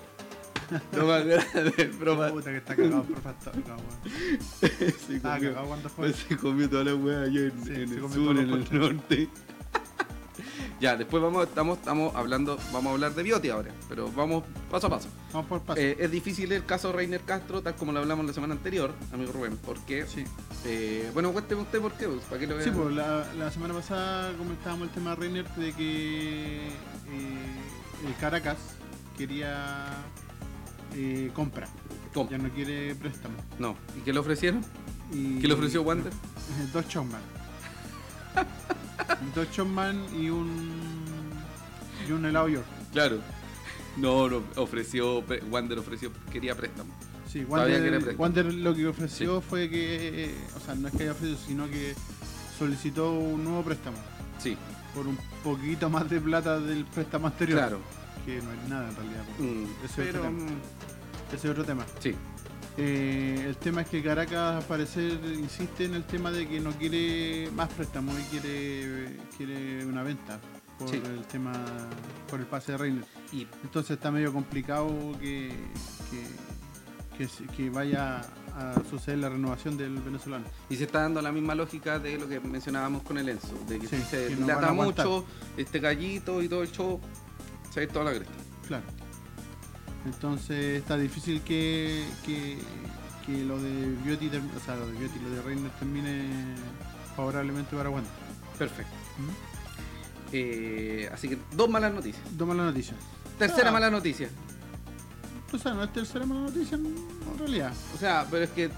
S1: No me agrada el profe.
S2: Puta que está cagado, por factor, cagado, weón.
S1: Se
S2: Estaba
S1: comió,
S2: cagado cuando fue.
S1: Pues se comió toda la wea allá en,
S2: Sí,
S1: en
S2: se
S1: el
S2: comió
S1: sur,
S2: todos
S1: en
S2: los
S1: el norte. ya, después vamos, estamos, estamos hablando, vamos a hablar de Bioti ahora, pero vamos paso a paso.
S2: Vamos por paso.
S1: Eh, es difícil el caso Reiner Castro, tal como lo hablamos la semana anterior, amigo Rubén, porque
S2: sí.
S1: Eh, bueno, cuénteme usted por qué, pues, para que lo vea.
S2: Sí, pues la, la semana pasada comentábamos el tema de Reiner de que eh, el Caracas quería eh, compra,
S1: Compra.
S2: ya no quiere préstamo.
S1: No. ¿Y qué le ofrecieron?
S2: Y-
S1: ¿Qué le ofreció Wander?
S2: Dos Chomman. Dos Chomman y un. y un helado York.
S1: Claro. No, no, ofreció, pre- Wander ofreció, quería préstamo.
S2: Sí,
S1: Todavía quiere
S2: Wander,
S1: préstamo.
S2: Wander lo que ofreció fue que. eh, o sea, no es que haya ofrecido, sino que solicitó un nuevo préstamo.
S1: Sí,
S2: Por un poquito más de plata del préstamo anterior.
S1: claro.
S2: Que no es nada en realidad. pues.
S1: Mm,
S2: Ese
S1: pero,
S2: otro tema.
S1: mm,
S2: Ese es otro tema.
S1: sí,
S2: Eh, el tema es que Caracas, al parecer, insiste en el tema de que no quiere más préstamos y quiere, quiere una venta por
S1: Sí.
S2: el tema, por el pase de Reiner.
S1: y
S2: Entonces está medio complicado que, que, que se- que vaya a suceder la renovación del venezolano.
S1: Y se está dando la misma lógica de lo que mencionábamos con el Enzo, de que
S2: Sí,
S1: si se
S2: que no
S1: dilata
S2: van a aguantar.
S1: mucho este gallito y todo el show, se va a ir toda la cresta.
S2: Claro. Entonces está difícil que, que, que lo de Bioti, term- o sea, lo de Bioti, lo de Reiner termine favorablemente para Wanda.
S1: Perfecto.
S2: ¿Mm?
S1: Eh, así que dos malas noticias.
S2: Dos malas noticias.
S1: Tercera
S2: Ah.
S1: mala noticia.
S2: O sea, no es tercera mala noticia en en realidad.
S1: O sea, pero es que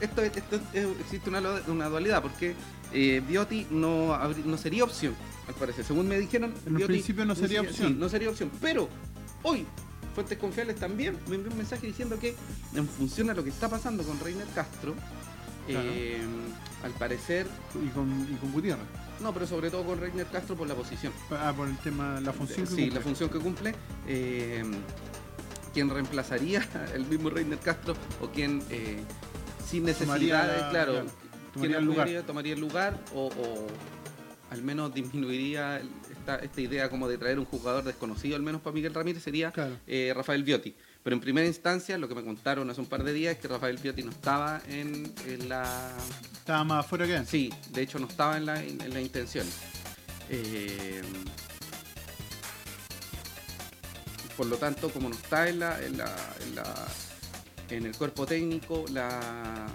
S1: esto, es- esto es- existe una, lo- una dualidad, porque eh, Bioti no, habr- no sería opción, al parecer. Según me dijeron,
S2: En un principio no
S1: ni
S2: sería
S1: siquiera-
S2: opción.
S1: sí, no sería opción. Pero hoy, fuentes confiables también me envió un mensaje diciendo que, en función a lo que está pasando con Reiner Castro,
S2: Claro.
S1: eh, al parecer,
S2: Y con, y con Gutiérrez.
S1: no, pero sobre todo con Reiner Castro por la posición.
S2: Ah, por el tema, la función que
S1: Sí,
S2: cumple.
S1: la función que cumple. eh, quien reemplazaría el mismo Reiner Castro o quien eh, sin
S2: Tomaría
S1: necesidad,
S2: la-
S1: eh, claro,
S2: claro,
S1: quien
S2: tomaría el lugar.
S1: asumiría- tomaría el lugar o, o al menos disminuiría el- esta, esta idea como de traer un jugador desconocido, al menos para Miguel Ramírez, sería
S2: Claro.
S1: eh, Rafael Biotti. Pero en primera instancia, lo que me contaron hace un par de días es que Rafael Biotti no estaba en, en la
S2: Estaba más afuera que adentro.
S1: Sí, de hecho no estaba en la, en, en la intención. Eh, por lo tanto, como no está en, la, en, la, en, la- en el cuerpo técnico, la,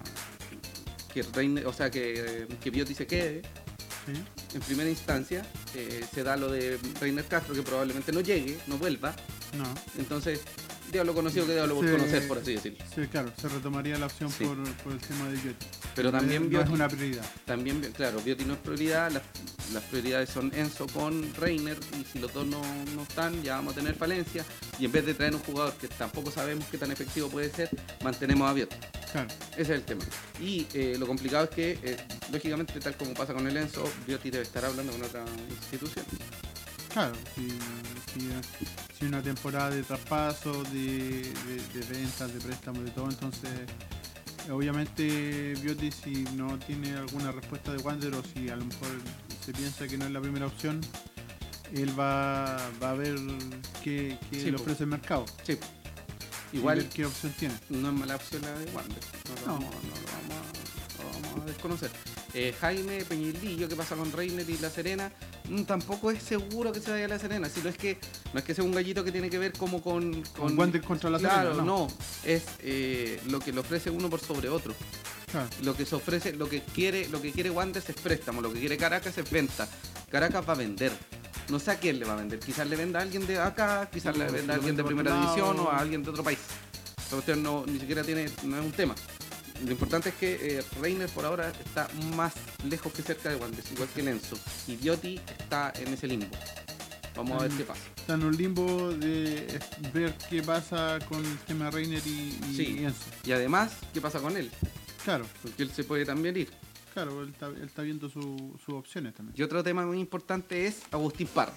S1: que reine, o sea que, que Bioti se quede,
S2: Sí.
S1: en primera instancia eh, se da lo de Reiner Castro que probablemente no llegue, no vuelva.
S2: No.
S1: Entonces, diablo conocido que diablo por
S2: Sí.
S1: conocer, por así decirlo.
S2: Sí, claro, se retomaría la opción
S1: Sí.
S2: por, por el tema de Yeti.
S1: Pero
S2: No
S1: también
S2: es- no
S1: Bioti-
S2: es una prioridad.
S1: También, claro, Bioti no es prioridad, las, las prioridades son Enzo con Reiner y si los dos no, no están ya vamos a tener falencia y en vez de traer un jugador que tampoco sabemos qué tan efectivo puede ser, mantenemos a Bioti.
S2: Claro.
S1: Ese es el tema. Y eh, lo complicado es que, eh, lógicamente, tal como pasa con el Enzo, Bioti debe estar hablando con otra institución.
S2: Claro, si, si- si una temporada de traspaso, de, de- de ventas, de préstamos, de todo, entonces obviamente Bioti si no tiene alguna respuesta de Wander o si a lo mejor se piensa que no es la primera opción, él va, va a ver qué, qué
S1: Sí,
S2: le
S1: po.
S2: ofrece el mercado.
S1: Sí,
S2: y
S1: igual
S2: ver qué opción tiene.
S1: no es mala opción la de Wander. No lo
S2: No.
S1: vamos, no lo vamos a, lo vamos a desconocer. Eh, Jaime Peñildillo, ¿qué pasa con Reiner y La Serena? Mm, tampoco es seguro que se vaya a La Serena. Si no es que no es que sea un gallito que tiene que ver como con...
S2: Con Wander contra la
S1: Claro,
S2: Serena,
S1: no. Es eh, lo que le ofrece uno por sobre otro.
S2: Claro,
S1: Lo que se ofrece, lo que quiere, lo que quiere Wander es préstamo, lo que quiere Caracas es venta. Caracas va a vender. No sé a quién le va a vender. Quizás le venda a alguien de acá, quizás le
S2: No,
S1: venda a
S2: lo
S1: alguien de
S2: vende por
S1: primera
S2: otro
S1: división
S2: lado.
S1: o a alguien de otro país. Esta cuestión no, ni siquiera tiene, no es un tema. Lo importante es que eh, Reiner por ahora está más lejos que cerca de Wander, igual que Lenzo. Y Dioti está en ese limbo. Vamos a ver
S2: Mm.
S1: qué pasa.
S2: está en un limbo de es- ver qué pasa con el tema Reiner y, y-
S1: Sí.
S2: y Enzo.
S1: Y además, ¿qué pasa con él?
S2: Claro,
S1: Porque él se puede también ir.
S2: claro, él está, él está viendo su- sus opciones también.
S1: Y otro tema muy importante es Agustín Parra.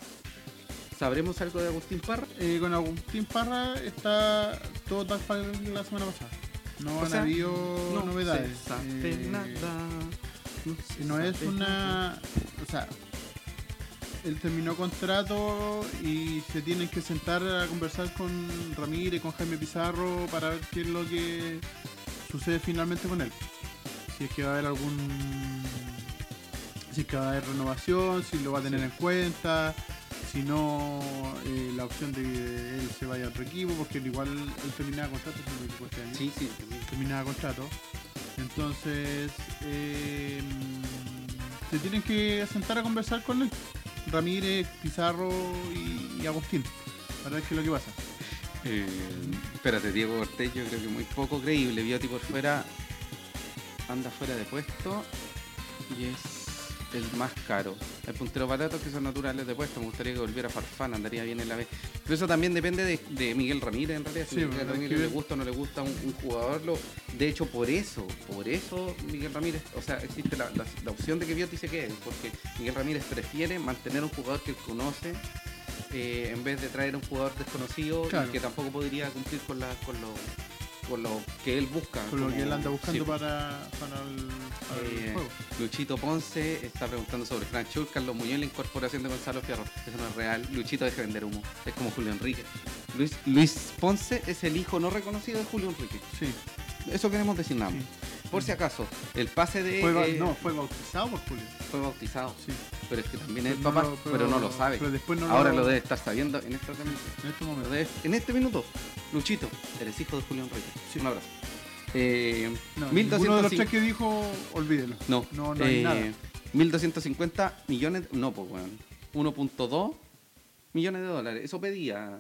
S1: ¿Sabremos algo de Agustín Parra?
S2: Eh, con Agustín Parra está todo tal cual la semana pasada. No
S1: O
S2: han
S1: sea,
S2: habido
S1: no
S2: novedades.
S1: se sabe
S2: Eh,
S1: nada. No, se
S2: No es
S1: sabe nada.
S2: una. O sea, él terminó contrato y se tienen que sentar a conversar con Ramírez, con Jaime Pizarro para ver qué es lo que sucede finalmente con él. Si es que va a haber algún. Si es que va a haber renovación, si lo va a tener en cuenta, si no, eh, la opción de que él se vaya a otro equipo, porque él igual él terminaba contrato, si no me equivoco, este año
S1: Sí, sí.
S2: terminaba contrato. Entonces, eh, se tienen que sentar a conversar con él. Ramírez, Pizarro y, y Agustín. Para ver qué es lo que pasa.
S1: Eh, espérate, Diego Cortés, yo creo que muy poco creíble. Bioti por fuera anda fuera de puesto y es el más caro. Hay punteros baratos que son naturales de puesto. Me gustaría que volviera Farfán, andaría bien en la B. Pero eso también depende de, de Miguel Ramírez, en realidad. Si
S2: Sí,
S1: Miguel
S2: bueno,
S1: Ramírez
S2: hay que
S1: le
S2: ver.
S1: gusta o no le gusta un, un jugador. Lo, de hecho, por eso, por eso Miguel Ramírez, o sea, existe la, la- la opción de que Bioti se quede, porque Miguel Ramírez prefiere mantener un jugador que conoce eh, en vez de traer a un jugador desconocido y
S2: Claro.
S1: que tampoco podría cumplir con, la, con, lo, con lo que él busca.
S2: Con lo
S1: como-
S2: que él anda buscando
S1: Sí.
S2: para, para el, para el
S1: Eh,
S2: juego.
S1: Luchito Ponce está preguntando sobre Frank Schulz, Carlos Muñoz y la incorporación de Gonzalo Fierro. Eso no es real. Luchito deja de vender humo. Es como Julio Enrique. Luis, Luis Ponce es el hijo no reconocido de Julio Enrique.
S2: Sí.
S1: Eso queremos decir nada. más.
S2: sí.
S1: Por si acaso, el pase de.
S2: Fue, ba-
S1: eh,
S2: no, fue bautizado por Julio.
S1: fue bautizado.
S2: Sí.
S1: Pero es que también es el
S2: Pero no
S1: papá,
S2: lo-
S1: pero, no lo sabe.
S2: Pero después no
S1: Ahora lo debe estar sabiendo en esta
S2: En este
S1: Pero
S2: momento.
S1: debes- En este minuto, Luchito, eres hijo de Julio Enrique.
S2: Sí.
S1: Un abrazo. Eh,
S2: No, ninguno de los
S1: 1250
S2: tres que dijo, olvídelo.
S1: No,
S2: No, no hay
S1: eh,
S2: nada.
S1: 1.250 millones, no, pues, weón. 1.2 millones de dólares. Eso pedía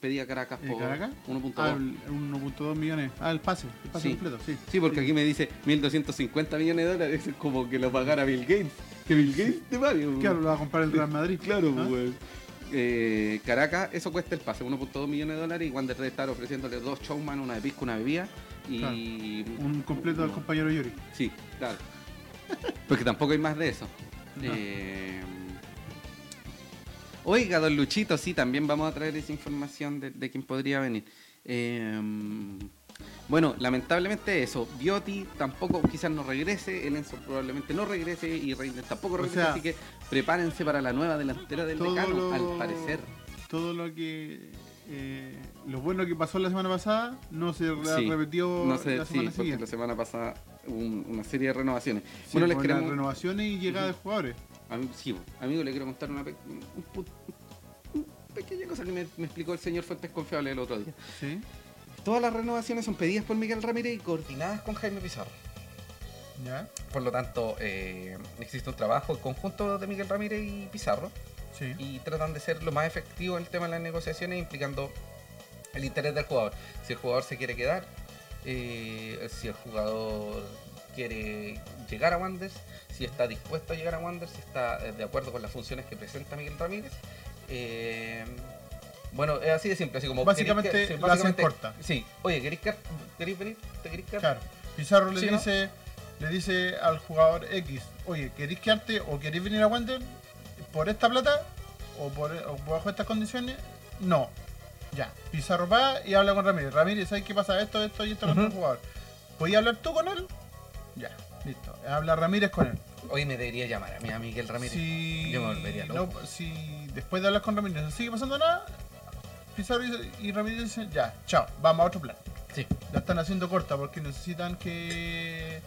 S1: pedía Caracas
S2: ¿El
S1: por
S2: Caracas?
S1: 1.2.
S2: Ah, el 1.2 millones. Ah, el pase, el pase
S1: Sí.
S2: completo, sí.
S1: Sí, porque aquí me dice 1.250 millones de dólares, es como que lo pagara Bill Gates. Que Bill Gates te pague. weón.
S2: Mm. Claro, lo va a comprar el Real Madrid.
S1: Claro, pues,
S2: ¿Ah?
S1: weón. Eh, Caracas, eso cuesta el pase, 1.2 millones de dólares y Wander debe estar ofreciéndole dos showman, una de pisco, una bebida y...
S2: Un completo al
S1: No.
S2: compañero Yuri.
S1: Sí, claro. Porque tampoco hay más de eso.
S2: No.
S1: Eh, Oiga, don Luchito, sí, también vamos a traer esa información de, de quién podría venir. Eh, bueno, lamentablemente eso. Bioti tampoco quizás no regrese, el Enzo probablemente no regrese y Reiner tampoco
S2: O
S1: regrese,
S2: sea,
S1: así que prepárense para la nueva delantera del
S2: todo
S1: decano,
S2: lo-
S1: al parecer.
S2: Todo lo que. eh, lo bueno que pasó la semana pasada no se re-
S1: Sí.
S2: repitió
S1: No sé,
S2: la
S1: sí,
S2: semana
S1: porque
S2: siguiente.
S1: la semana pasada hubo un- una serie de renovaciones.
S2: Sí,
S1: bueno, les
S2: con las
S1: queremos...
S2: renovaciones y llegada de jugadores.
S1: Am- sí, bo. amigo, le quiero contar una, pe- un pu- un pequeña cosa que me, me explicó el señor Fuentes Confiable el otro día.
S2: Sí.
S1: Todas las renovaciones son pedidas por Miguel Ramírez y coordinadas con Jaime Pizarro.
S2: Ya.
S4: Por lo tanto, eh, existe un trabajo conjunto de Miguel Ramírez y Pizarro
S2: Sí.
S4: y tratan de ser lo más efectivo en el tema de las negociaciones, implicando el interés del jugador. Si el jugador se quiere quedar, eh, si el jugador quiere llegar a Wanderers, si está dispuesto a llegar a Wanderers, si está eh, de acuerdo con las funciones que presenta Miguel Ramírez. eh, bueno, es así de simple, así como...
S2: Básicamente,
S4: ¿queréis que-
S2: la hacen corta.
S4: Sí, oye, ¿queréis, que- queréis venir? ¿Te queréis quedar?
S2: Claro. Pizarro le
S4: Sí, ¿no?
S2: dice le dice al jugador X, oye, ¿queréis quedarte o queréis venir a Wander por esta plata o, por, o bajo estas condiciones? No. Ya. Pizarro va y habla con Ramírez. Ramírez, ¿sabes qué pasa? Esto, esto y esto con
S4: Ujú.
S2: el jugador. ¿Podías hablar tú con él? Ya. Listo. Habla Ramírez con él.
S4: Hoy me debería llamar a mí a Miguel Ramírez.
S2: Si,
S4: Yo me volvería loco.
S2: no- si después de hablar con Ramírez no sigue pasando nada, Pizarro y, y Ramírez dicen, ya, chao, vamos a otro plan.
S4: Sí.
S2: La están haciendo corta porque necesitan que.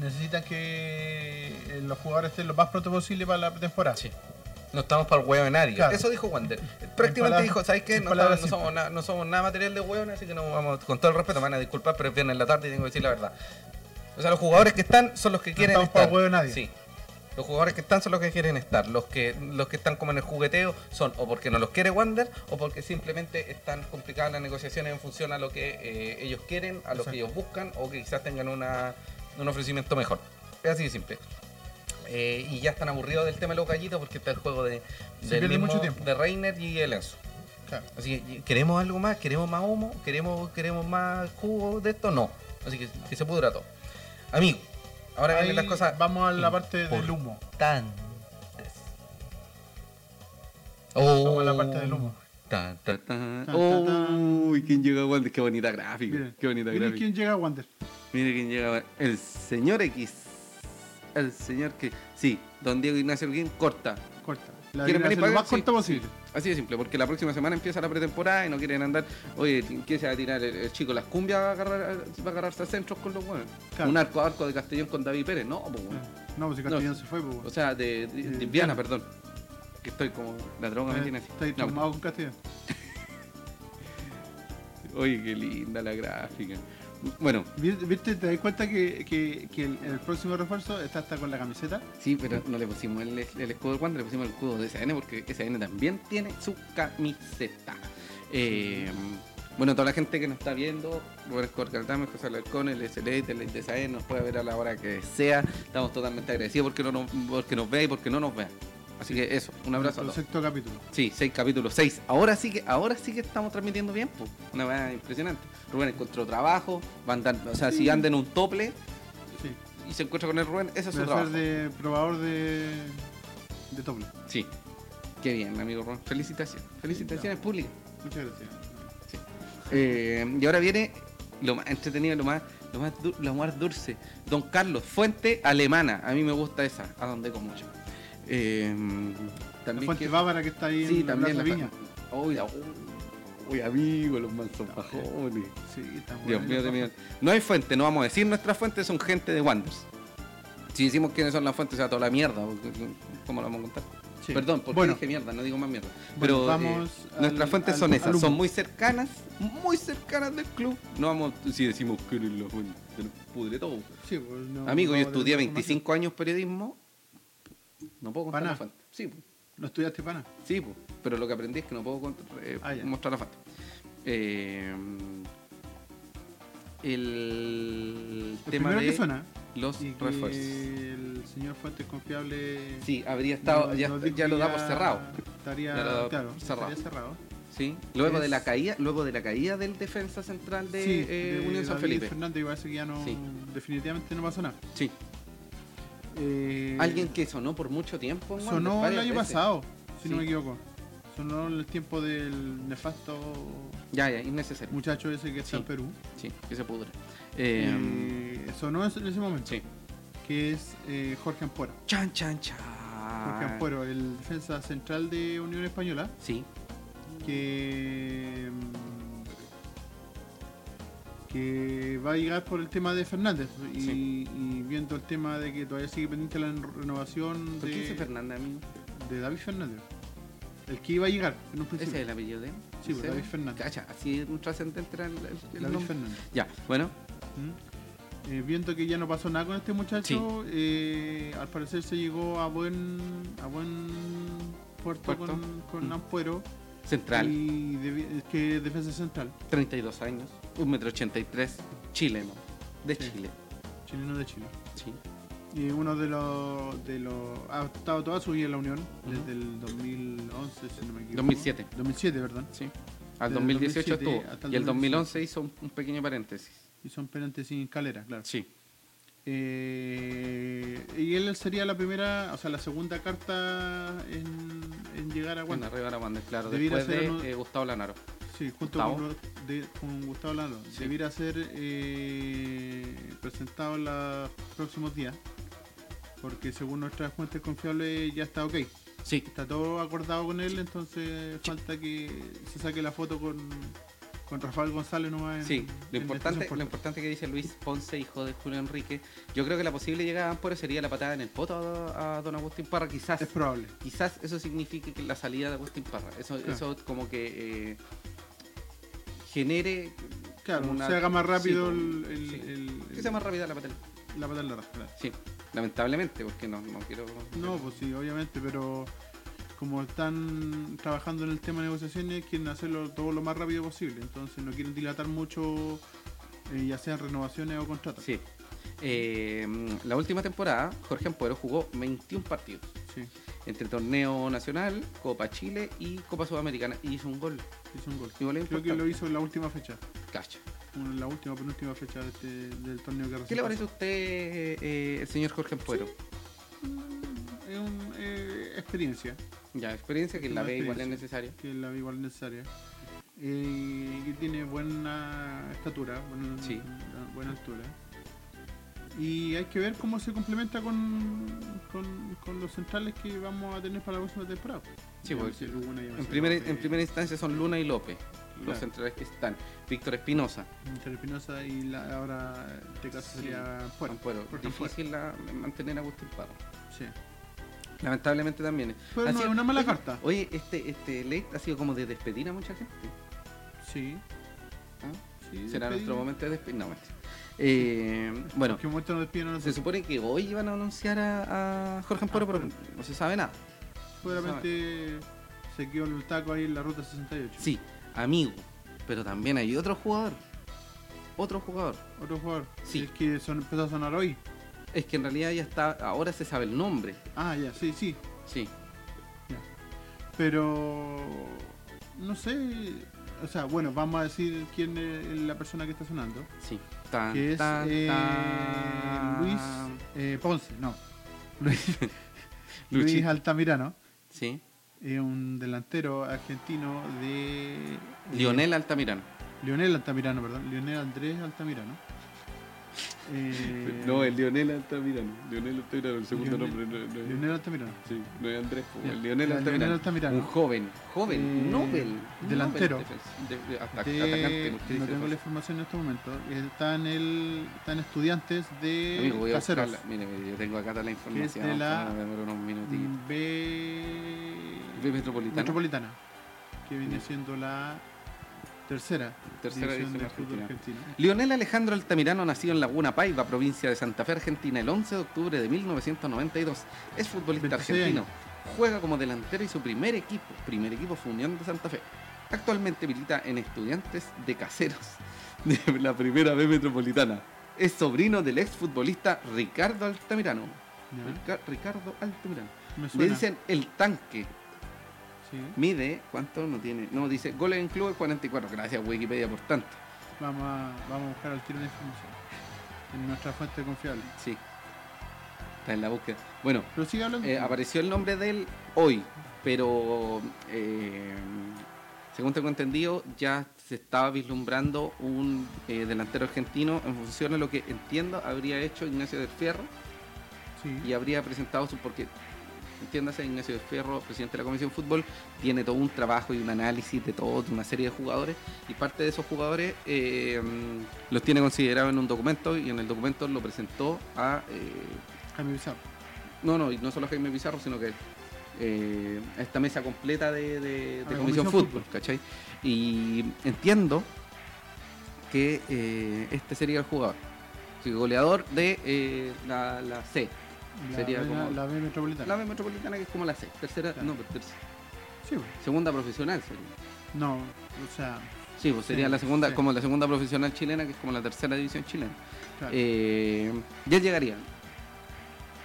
S2: Necesitan que eh, los jugadores estén lo más pronto posible para la temporada.
S4: Sí. No estamos para el huevo de nadie.
S2: Claro.
S4: Eso dijo Wander.
S2: En
S4: Prácticamente
S2: palabras-
S4: dijo, ¿sabes qué?
S2: en
S4: No,
S2: palabras
S4: estamos- no somos
S2: simples.
S4: nada, no somos nada material de hueón, así que no vamos, con todo el respeto, me van a disculpar, pero es viernes en la tarde y tengo que decir la verdad. O sea, los jugadores que están son los que quieren
S2: estamos para
S4: estar.
S2: el huevo de nadie.
S4: Sí. Los jugadores que están son los que quieren estar. Los que, los que están como en el jugueteo son o porque no los quiere Wander o porque simplemente están complicadas las negociaciones en función a lo que eh, ellos quieren, a lo
S2: Exacto.
S4: que ellos buscan o que quizás tengan una, un ofrecimiento mejor. Es así de simple. Eh, y ya están aburridos del tema de los gallitos porque está el juego de,
S2: Se
S4: del
S2: pierde
S4: mismo-
S2: mucho tiempo.
S4: de Reiner y el Enzo.
S2: Claro.
S4: Así que queremos algo más, queremos más humo, queremos, queremos más jugo de esto, no. Así que que se pudra todo. Amigo, ahora
S2: Ahí
S4: vienen las cosas
S2: Vamos a la parte del humo.
S4: importantes.
S2: Vamos a la parte del humo.
S4: Oh. Tan, tan, tan.
S1: Ta-
S2: ta-
S1: Uy, ¿quién llega a Wander? Qué bonita gráfica.
S2: Miren,
S1: qué bonita
S2: miren
S1: gráfica.
S2: quién llega a Wander.
S1: Mire quién llega. El señor X. El señor que. Sí, don Diego Ignacio Alguín corta.
S2: Corta. La
S1: ¿Quieren
S2: tienen que
S1: venir
S2: hacer
S1: para
S2: lo
S1: acá?
S2: más corta
S1: Sí,
S2: posible.
S1: Así de simple, porque la próxima semana empieza la pretemporada y no quieren andar. Oye, ¿qué se va a tirar el, el chico? ¿Las cumbias va a, agarrar, va a agarrarse a centros con los buenos?
S2: Claro.
S1: Un arco a arco de Castellón con David Pérez. No, pues bueno.
S2: No, pues si
S1: No,
S2: Castellón se fue, pues.
S1: O sea, de, de- de
S2: Eh,
S1: Viana, perdón. Que estoy como. La droga me
S2: Eh,
S1: tiene así.
S2: Está ahí
S1: No, pues.
S2: tomado con Castellón.
S1: oye, qué linda la gráfica. Bueno,
S2: Vi- ¿Viste? ¿Te das cuenta que, que, que el, el próximo refuerzo está hasta con la camiseta?
S1: sí, pero no le pusimos el, el escudo de Wander, le pusimos el escudo de SN porque SN también tiene su camiseta. Eh, bueno, toda la gente que nos está viendo, Robert Corcaldame, José Alarcón, el SLA, el de SAE, nos puede ver a la hora que sea. Estamos totalmente agradecidos porque, no nos, porque nos vea y porque no nos vea. Así que eso, un abrazo a
S2: El
S1: todos.
S2: sexto capítulo.
S1: Sí, seis capítulos, seis. Ahora sí que, ahora sí que estamos transmitiendo bien, po. Una verdad impresionante. Rubén encontró trabajo, va a andar- o sea, si anda en un tople
S2: Sí.
S1: y se encuentra con el Rubén, ese es su
S2: Voy a ser
S1: trabajo.
S2: de probador de. de doble.
S1: Sí. Qué bien, amigo Rubén. Felicitaciones. Felicitaciones públicas.
S2: Muchas gracias.
S1: Eh, y ahora viene lo más entretenido, lo más, lo más, du- lo más dulce. Don Carlos, fuente alemana. A mí me gusta esa, a donde con mucho. Eh,
S2: La
S1: también
S2: fuente
S1: que-
S2: bávara que está ahí
S1: Sí,
S2: en
S1: también
S2: la
S1: la
S2: viña.
S1: Uy, la- uy, amigo, los mansos bajones.
S2: Sí, está buena.
S1: Dios mío, Dios mío. No hay fuente, no vamos a decir nuestras fuentes, son gente de Wanders. Si decimos quiénes son las fuentes, se va toda la mierda. porque- ¿Cómo la vamos a contar?
S2: Sí.
S1: Perdón, porque
S2: Bueno.
S1: dije mierda, no digo más mierda.
S2: Bueno,
S1: Pero eh,
S2: vamos
S1: nuestras
S2: al-
S1: fuentes
S2: al-
S1: son
S2: al
S1: esas,
S2: humo.
S1: son muy cercanas, muy cercanas del club. No vamos, si decimos que eres la fuente, te nos pudre todo.
S2: Sí, pues,
S1: Amigo, yo
S2: no- no va a tener
S1: estudié
S2: información.
S1: 25 años periodismo, no puedo contar
S2: Paná.
S1: las fuentes. Sí,
S2: No estudiaste pana.
S1: Sí, po, pero lo que aprendí es que no puedo cont- eh,
S2: Ah, ya.
S1: mostrar la falta. Eh, el
S2: El
S1: tema
S2: primero
S1: de
S2: que suena.
S1: los
S2: Y que
S1: refuerzos.
S2: el señor Fuentes Confiable.
S1: Sí, habría estado,
S2: no-
S1: ya,
S2: nos
S1: ya lo damos
S2: diría-
S1: cerrado.
S2: Estaría,
S1: Ya lo damos
S2: claro,
S1: cerrado.
S2: estaría cerrado.
S1: Sí. Luego de la
S2: Es-
S1: caída, luego de la caída del defensa central de,
S2: Sí,
S1: eh,
S2: de
S1: Unión San
S2: David
S1: Felipe.
S2: Fernández, y parece que ya no.
S1: Sí.
S2: Definitivamente no pasó nada.
S1: Sí.
S2: Eh,
S1: Alguien que sonó por mucho tiempo. en Wander,
S2: Sonó el
S1: varias
S2: año
S1: veces.
S2: pasado, si no
S1: Sí.
S2: me equivoco. Sonó en el tiempo del nefasto
S1: Ya, ya, innecesario.
S2: muchacho ese que está
S1: Sí.
S2: en Perú.
S1: Sí, que se pudre. Eh,
S2: Eh, sonó en ese momento,
S1: sí.
S2: que es eh, Jorge Ampuero.
S1: Chan, chan,
S2: Jorge
S1: chan.
S2: Ampuero, el defensa central de Unión Española,
S1: Sí,
S2: que, mm, que va a llegar por el tema de Fernández. Y,
S1: Sí.
S2: y viendo el tema de que todavía sigue pendiente la renovación
S1: ¿Por qué dice
S2: de,
S1: Fernández, amigo?
S2: de David Fernández. El que iba a llegar en un
S1: Ese
S2: principio.
S1: es el apellido de él.
S2: Sí, pues,
S1: ¿En
S2: David
S1: serio?
S2: Fernández.
S1: Cacha, así es un trascendente era el, el- el
S2: David
S1: nombre.
S2: Fernández.
S1: Ya, bueno,
S2: ¿Mm? Eh, viendo que ya no pasó nada con este muchacho, eh, al parecer se llegó a buen a buen puerto,
S1: Puerto.
S2: con, con
S1: Mm.
S2: Ampuero
S1: central,
S2: y debi- es que es defensa central,
S1: 32 años, 1,83m, chileno, de
S2: Sí.
S1: Chile.
S2: chileno de Chile.
S1: Sí.
S2: Y uno de los de los ha estado toda su vida en la Unión
S1: Ujú.
S2: desde el 2011, si no me equivoco.
S1: 2007.
S2: 2007, perdón.
S1: Sí. Al
S2: Del
S1: 2018
S2: 2007 hasta
S1: estuvo.
S2: el
S1: Y el 2011 hizo un, un pequeño paréntesis.
S2: Y son penantes sin escalera, claro.
S1: Sí.
S2: Eh, y él sería la primera, o sea, la segunda carta en, en llegar a
S1: Bueno,
S2: Wander.
S1: arriba la banda, claro.
S2: Debiera
S1: Después de
S2: ser uno-
S1: eh, Gustavo Lanaro.
S2: Sí, junto
S1: Gustavo.
S2: Con, los- de- con Gustavo Lalo.
S1: Sí.
S2: Debiera ser eh, presentado en los próximos días. Porque según nuestras fuentes confiables ya está ok.
S1: Sí.
S2: Está todo acordado con él, entonces falta que se saque la foto con, con Rafael González nomás. en- este
S1: Sí, lo
S2: en la
S1: importante,
S2: estación
S1: lo
S2: Puerto.
S1: importante que dice Luis Ponce, hijo de Julio Enrique, yo creo que la posible llegada de Ampuero sería la patada en el poto a, a don Agustín Parra, quizás.
S2: Es probable.
S1: quizás eso signifique que la salida de Agustín Parra. Eso,
S2: Claro.
S1: eso como que eh, genere.
S2: Claro,
S1: como una-
S2: se haga más rápido
S1: Sí,
S2: el,
S1: pues,
S2: el-
S1: sí.
S2: el-
S1: Que sea más rápida la patada.
S2: la pata en la raja, claro.
S1: Sí, lamentablemente, porque no, no quiero.
S2: No, pues sí, obviamente, pero como están trabajando en el tema de negociaciones, quieren hacerlo todo lo más rápido posible. Entonces no quieren dilatar mucho, eh, ya sean renovaciones o contratos.
S1: Sí. Eh, la última temporada, Jorge Ampuero jugó 21 partidos
S2: Sí,
S1: entre torneo nacional, Copa Chile y Copa Sudamericana y hizo un gol.
S2: hizo un gol.
S1: Y gol es
S2: Creo que
S1: importante.
S2: lo hizo en la última fecha,
S1: Cacha.
S2: bueno, en la última, penúltima fecha de este- del torneo que
S1: ¿Qué le
S2: recién
S1: parece a usted, eh, el señor Jorge Ampuero?
S2: pasó. Es una experiencia,
S1: Ya, experiencia que la
S2: Una
S1: ve igual es
S2: experiencia.
S1: necesaria.
S2: que es la igual necesaria. Eh, y tiene buena estatura, buena,
S1: Sí.
S2: buena altura. Y hay que ver cómo se complementa con, con, con los centrales que vamos a tener para la próxima temporada.
S1: Sí,
S2: Ya
S1: porque
S2: si Luna, ya
S1: En
S2: si
S1: primera,
S2: López,
S1: en primera instancia son Luna y López,
S2: Claro.
S1: los centrales que están. Víctor Espinosa,
S2: Entre Espinosa y la, ahora en este caso
S1: Sí.
S2: sería Puerto.
S1: Ampuero.
S2: Jorge
S1: Difícil la- mantener a Agustín Parra.
S2: Sí.
S1: Lamentablemente también.
S2: Pero
S1: Ha
S2: Pues no
S1: sido-
S2: es una mala
S1: oye,
S2: carta.
S1: Oye, este, este late ha sido como de despedir a mucha gente.
S2: Sí.
S1: ¿Ah?
S2: sí
S1: Será
S2: despedí-
S1: nuestro momento de despedir. No, mentira. Eh, bueno,
S2: Que un momento nos despiden, no
S1: se
S2: sé.
S1: supone que hoy iban a anunciar a, a Jorge
S2: Ah,
S1: Ampuero, pero no se sabe nada.
S2: Seguramente se quedó el taco ahí en la ruta 68.
S1: Sí, amigo, pero también hay otro jugador. Otro jugador.
S2: Otro jugador.
S1: Sí.
S2: Es que son, empezó a sonar hoy.
S1: Es que en realidad ya está, ahora se sabe el nombre.
S2: Ah, ya, sí, sí.
S1: Sí,
S2: Pero no sé, o sea, bueno, vamos a decir quién es la persona que está sonando,
S1: sí. Tan,
S2: que es
S1: tan,
S2: eh,
S1: tan.
S2: Luis eh, Ponce, no, Luis,
S1: Luchi.
S2: Luis Altamirano,
S1: Sí.
S2: eh, un delantero argentino de eh,
S1: Lionel Altamirano.
S2: Lionel Altamirano, perdón, Lionel Andrés Altamirano. Eh,
S1: Lionel Altamirano. Lionel Altamirano, el
S2: Lionel- Lionel Altamirano.
S1: Sí, no es Andrés, pues,
S2: el Ya, Lionel ya, Altamirano. Lionel Altamirano.
S1: Un joven, joven,
S2: Eh,
S1: Nobel.
S2: delantero.
S1: Nobel defensa- de- de- ata-
S2: De-
S1: atacante,
S2: no
S1: multidefensa.
S2: tengo la información en este momento. Está en el, está en estudiantes de
S1: Amigo, voy a
S2: Caseros.
S1: buscarla. Mire, mire, yo tengo acá toda la
S2: de
S1: información.
S2: la-
S1: Me demoro unos minutitos.
S2: Mm, B...
S1: B Metropolitana.
S2: Metropolitana, que viene
S1: Sí.
S2: siendo la tercera,
S1: Tercera división
S2: del fútbol
S1: argentina.
S2: argentino.
S1: Lionel Alejandro Altamirano, nacido en Laguna Paiva, provincia de Santa Fe, Argentina, el 11 de octubre de 1992. Es futbolista
S2: 26
S1: argentino, Juega como delantero y su primer equipo, primer equipo fue Unión de Santa Fe. Actualmente milita en Estudiantes de Caseros de la Primera B Metropolitana. Es sobrino del exfutbolista Ricardo Altamirano.
S2: Ya,
S1: Rica- Ricardo Altamirano.
S2: Ah. Me
S1: Le
S2: suena.
S1: dicen el tanque.
S2: Sí,
S1: Mide, ¿cuánto? No tiene. No, dice goles en clubes 44. Gracias Wikipedia por tanto.
S2: vamos, a, vamos a buscar al tiro de información. En nuestra fuente confiable.
S1: Sí. Está en la búsqueda. Bueno,
S2: Pero sigue hablando.
S1: eh, apareció el nombre de él hoy, pero eh, según tengo entendido, ya se estaba vislumbrando un eh, delantero argentino en función a lo que entiendo habría hecho Ignacio del Fierro
S2: Sí.
S1: y habría presentado su. Porque, entiéndase, Ignacio del Fierro, presidente de la Comisión de Fútbol, tiene todo un trabajo y un análisis de todo, de una serie de jugadores, y parte de esos jugadores eh, los tiene considerados en un documento y en el documento lo presentó a. eh,
S2: Jaime Pizarro.
S1: no, no, y no solo a Jaime Pizarro, sino que eh, a esta mesa completa de, de- de
S2: A Ah, la
S1: Comisión
S2: Comisión
S1: Fútbol,
S2: Fútbol.
S1: ¿cachai? Y entiendo que eh, este sería el jugador. Sí, goleador de eh, la, la C,
S2: La
S1: Sería
S2: B-
S1: como-
S2: la B
S1: la
S2: metropolitana.
S1: B metropolitana que es como la C, tercera,
S2: Claro.
S1: no, pero tercera-
S2: Sí, pues.
S1: segunda profesional sería.
S2: no, o sea,
S1: Sí, pues sería
S2: Sí,
S1: la segunda,
S2: sí.
S1: como la segunda profesional chilena, que es como la tercera división chilena.
S2: claro.
S1: Eh, ya llegaría.